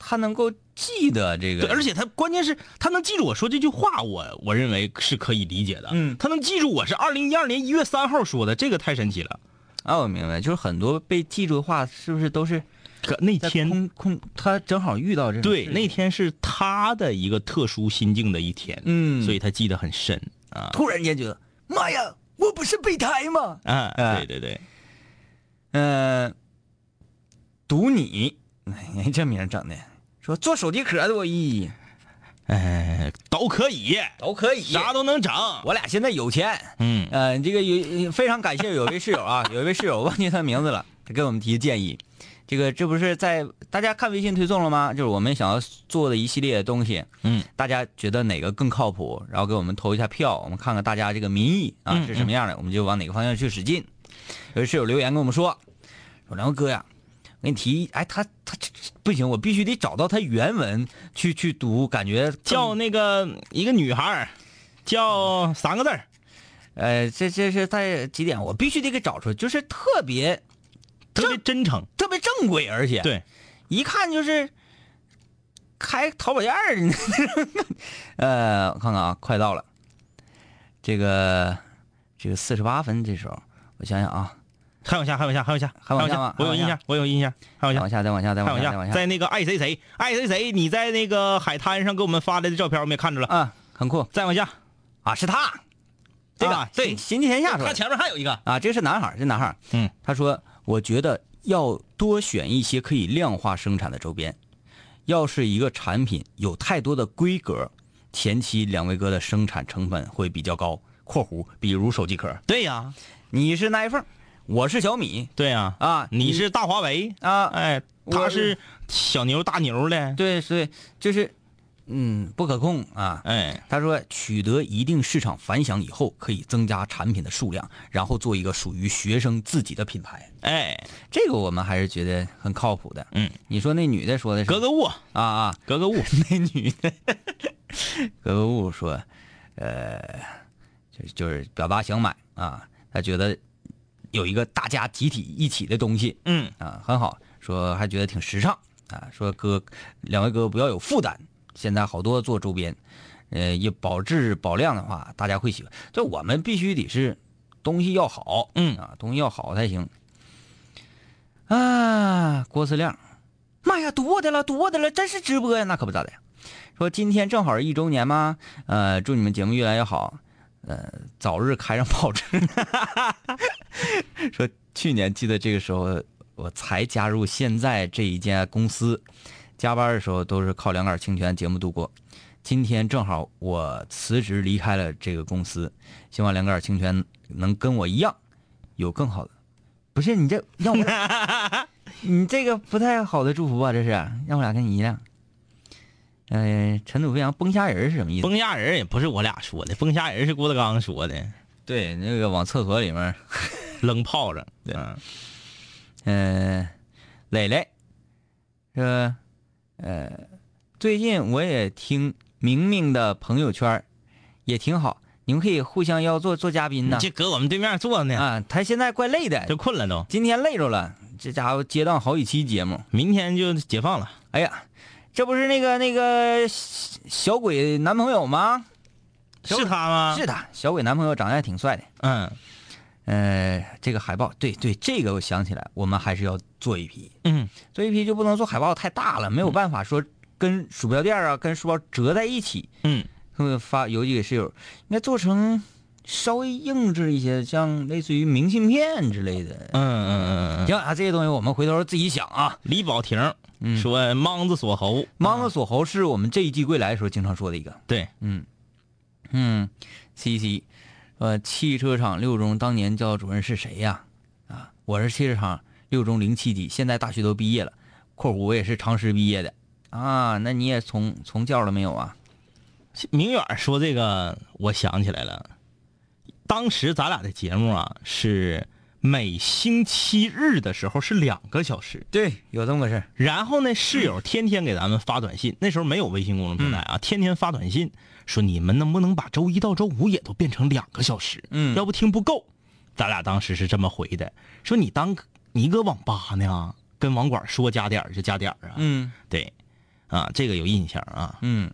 B: 他能够记得这个，
C: 对，而且他关键是他能记住我说这句话，我我认为是可以理解的。
B: 嗯
C: 他能记住我是二零一二年一月三号说的，这个太神奇了。
B: 啊，我明白，就是很多被记住的话，是不是都是
C: 可那
B: 在
C: 天
B: 空空，他正好遇到这种
C: 对
B: 事
C: 那天是他的一个特殊心境的一天，
B: 嗯
C: 所以他记得很深啊
B: 突然间觉得，妈呀，我不是备胎吗？
C: 啊，
B: 哎
C: 对对对，
B: 嗯、赌你，哎，这名儿整的，说做手机壳的我一
C: 哎，都可以，
B: 都可以
C: 啥都能整。
B: 我俩现在有钱，
C: 嗯
B: 呃，这个有非常感谢有一位室友啊，有一位室友忘记他名字了，他给我们提建议，这个这不是在大家看微信推送了吗？就是我们想要做的一系列的东西，
C: 嗯，
B: 大家觉得哪个更靠谱，然后给我们投一下票，我们看看大家这个民意啊
C: 嗯
B: 是什么样的，我们就往哪个方向去使劲。有一室友留言跟我们说，说梁哥呀，我给你提议，哎，他他这这不行，我必须得找到他原文去去读，感觉更
C: 叫那个一个女孩儿，叫三个字儿，
B: 呃，这这是在几点？我必须得给找出来，就是特别
C: 特别真诚。
B: 特别正规，而且
C: 对，
B: 一看就是开淘宝店儿 的。呃，我看看啊，快到了，这个这个四十八分，这时候我想想啊，
C: 还往下，还往下，还往下，
B: 还往下吗
C: 我有印
B: 还往
C: 象，我有印象，还往
B: 再
C: 下
B: 往。下，再往下，再往
C: 看往
B: 下，再往
C: 下，
B: 下，
C: 在那个爱谁谁爱谁谁，你在那个海滩上给我们发来的照片，我们也看着了。
B: 啊，很酷
C: 再往下，
B: 啊，是他，
C: 这个
B: 啊
C: 对
B: 行行天下说
C: 他
B: 的
C: 前面还有一个，
B: 啊，这个是男孩儿，这男孩儿，
C: 嗯，
B: 他说我觉得要多选一些可以量化生产的周边，要是一个产品有太多的规格，前期两位哥的生产成本会比较高。（括弧比如手机壳，
C: 对呀、
B: 你是 iPhone，我是小米
C: 对呀、
B: 啊，
C: 你是大华为，
B: 啊，
C: 哎，他
B: 我
C: 是小牛大牛的，
B: 对，所以就是嗯不可控啊。
C: 哎，
B: 他说，取得一定市场反响以后，可以增加产品的数量，然后做一个属于学生自己的品牌。
C: 哎，
B: 这个我们还是觉得很靠谱的。
C: 嗯，
B: 你说那女的说的是
C: 格格物，
B: 啊啊，
C: 格 格物，
B: 那女的格格物说，呃，就就是表达想买啊，她觉得有一个大家集体一起的东西
C: 嗯，
B: 啊，很好，说还觉得挺时尚啊，说哥两位哥不要有负担，现在好多做周边，呃，也保质保量的话，大家会喜欢。就我们必须得是东西要好，
C: 嗯
B: 啊，东西要好才行。啊，郭思亮，妈呀，堵我的了，堵我的了，真是直播呀，那可不咋的。说今天正好是一周年嘛，呃，祝你们节目越来越好，呃，早日开上跑车。 说去年记得这个时候我才加入现在这一家公司，加班的时候都是靠两杆清泉节目度过。今天正好我辞职离开了这个公司，希望两杆清泉能跟我一样，有更好的。不是你这让我俩， 你这个不太好的祝福啊吧？这是让我俩跟你一样。呃，尘土飞扬，崩虾仁是什么意思？
C: 崩虾仁也不是我俩啊说的，崩虾仁是郭德纲说的，
B: 对，那个往厕所里面
C: 扔炮仗，嗯，
B: 嗯，磊磊说，呃，最近我也听明明的朋友圈儿，也挺好，你们可以互相要做做嘉宾呢。
C: 这搁我们对面坐呢，
B: 啊，他现在怪累
C: 就
B: 的，
C: 困了都，
B: 今天累着了，这家伙接档好几期节目。
C: 明天就解放了，
B: 哎呀，这不是那个那个小小鬼男朋友吗？
C: 是他吗？
B: 是，他，小鬼男朋友长得还挺帅的。
C: 嗯
B: 呃，这个海报，对对，这个我想起来，我们还是要做一批。
C: 嗯，
B: 做一批就不能做海报太大了，没有办法说跟鼠标垫啊、跟书包折在一起。
C: 嗯，
B: 他们发邮寄给室友，应该做成稍微硬质一些，像类似于明信片之类的。
C: 嗯嗯嗯嗯嗯，
B: 行啊，这些东西我们回头自己想啊。
C: 李宝婷说莽子锁喉，
B: 芒格锁喉是我们这一季归来的时候经常说的一个。
C: 对，
B: 嗯，C C，呃，汽车厂六中当年教导主任是谁呀？啊，我是汽车厂六中零七级，现在大学都毕业了。（括弧我也是常识毕业的啊，那你也从从教了没有啊？
C: 明远说这个，我想起来了，当时咱俩的节目啊是每星期日的时候是两个小时，
B: 对，有这么个事儿。
C: 然后呢，室友天天给咱们发短信，那时候没有微信公众平台啊，天天发短信说你们能不能把周一到周五也都变成两个小时？
B: 嗯
C: 要不听不够。咱俩当时是这么回的，说你当你搁网吧呢，跟网管说加点儿就加点儿啊。
B: 嗯
C: 对，啊，这个有印象啊。
B: 嗯，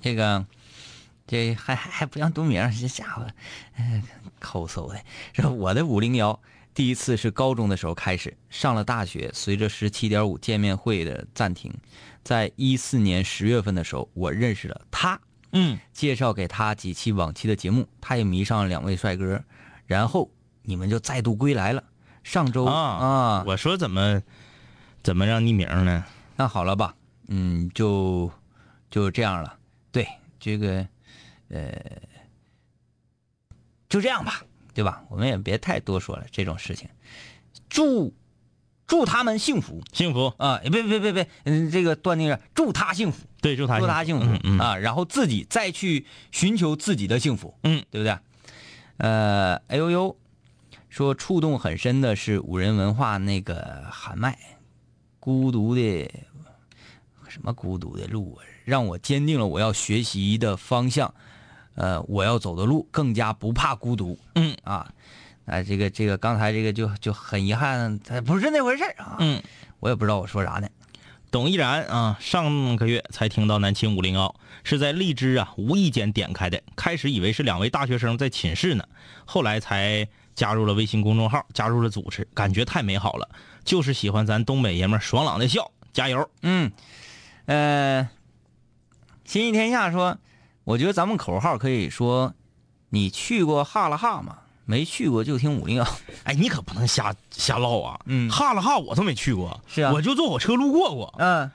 B: 这个这还还还不让读名儿，这家伙，哎抠搜的。说我的五零幺第一次是高中的时候开始，上了大学，随着十七点五见面会的暂停，在一四年十月份的时候，我认识了他。
C: 嗯，
B: 介绍给他几期往期的节目，他也迷上了两位帅哥，然后你们就再度归来了。上周
C: 啊
B: 啊
C: 我说怎么怎么让匿名呢？
B: 那好了吧，嗯，就就这样了。对，这个呃，就这样吧，对吧？我们也别太多说了这种事情。祝祝他们幸福
C: 幸福，
B: 啊！别别别别，嗯，这个断定是祝他幸福，
C: 对，祝他
B: 祝他幸福、
C: 嗯嗯
B: 啊，然后自己再去寻求自己的幸福，
C: 嗯，
B: 对不对？呃，哎呦呦，说触动很深的是五人文化那个喊麦，孤独的什么孤独的路啊，让我坚定了我要学习的方向，呃，我要走的路，更加不怕孤独，
C: 嗯
B: 啊。哎，这个这个，刚才这个就就很遗憾，它不是那回事儿啊。
C: 嗯，
B: 我也不知道我说啥呢。
C: 董一然啊，上个月才听到南青五零幺，是在荔枝啊无意间点开的。开始以为是两位大学生在寝室呢，后来才加入了微信公众号，加入了组织，感觉太美好了。就是喜欢咱东北爷们儿爽朗的笑，加油！
B: 嗯，呃，新一天下说，我觉得咱们口号可以说，你去过哈拉哈吗？没去过就听五零幺。
C: 哎，你可不能瞎瞎唠啊！
B: 嗯
C: 哈了哈，我都没去过，
B: 是啊
C: 我就坐火车路过过。
B: 嗯，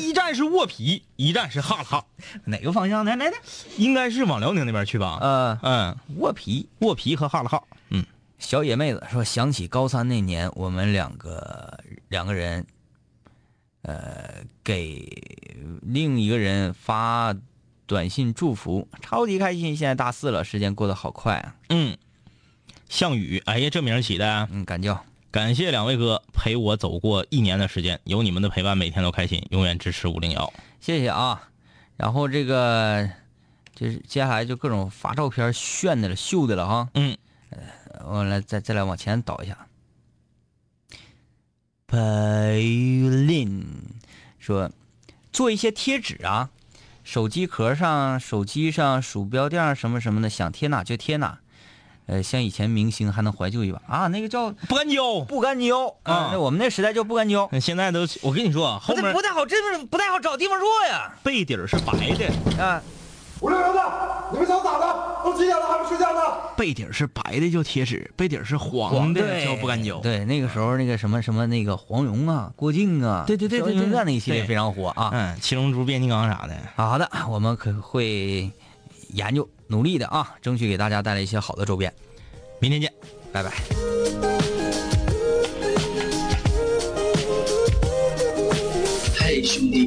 C: 一站是卧皮，一站是哈了哈，
B: 哪个方向的？来的？
C: 应该是往辽宁那边去吧？
B: 呃，
C: 嗯，
B: 卧皮
C: 卧皮和哈了哈，嗯，
B: 小野妹子说，想起高三那年，我们两个两个人，呃，给另一个人发短信祝福，超级开心。现在大四了，时间过得好快啊。
C: 嗯，项羽，哎呀，这名儿起的啊，
B: 嗯，感觉
C: 感谢两位哥陪我走过一年的时间，有你们的陪伴，每天都开心，永远支持五零幺。
B: 谢谢啊。然后这个就是接下来就各种发照片炫的了、秀的了哈。
C: 嗯，
B: 呃，我来再再来往前倒一下。裴林说，做一些贴纸啊，手机壳上、手机上、鼠标垫儿什么什么的，想贴哪就贴哪。呃，像以前明星还能怀旧一把啊，那个叫
C: 不干胶，
B: 不干胶啊
C: 啊，
B: 那我们那时代叫不干胶，
C: 那现在都，我跟你说啊，后面
B: 不太好，真是不太好找地方做呀
C: 背底儿是白的，
B: 啊。
F: 五六零的，你们想咋的？都几点了还不睡觉呢？
C: 背底儿是白的叫贴纸，背底儿是黄
B: 黄
C: 的叫不干胶。
B: 对，那个时候那个什么什么那个黄蓉啊、郭靖啊，
C: 对对对对对
B: 赵云啊那一系列
C: 对
B: 非常火啊。
C: 嗯，七龙珠、变形金刚啥的，
B: 好的，我们可会研究努力的啊，争取给大家带来一些好的周边。
C: 明天见。
B: 拜拜。
G: 嘿，兄弟，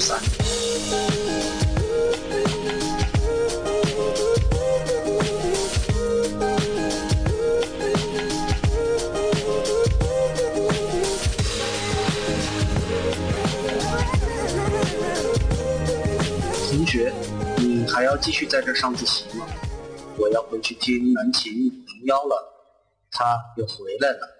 G: 三。同学，你还要继续在这儿上自习吗？我要回去听南琴零幺了，他又回来了。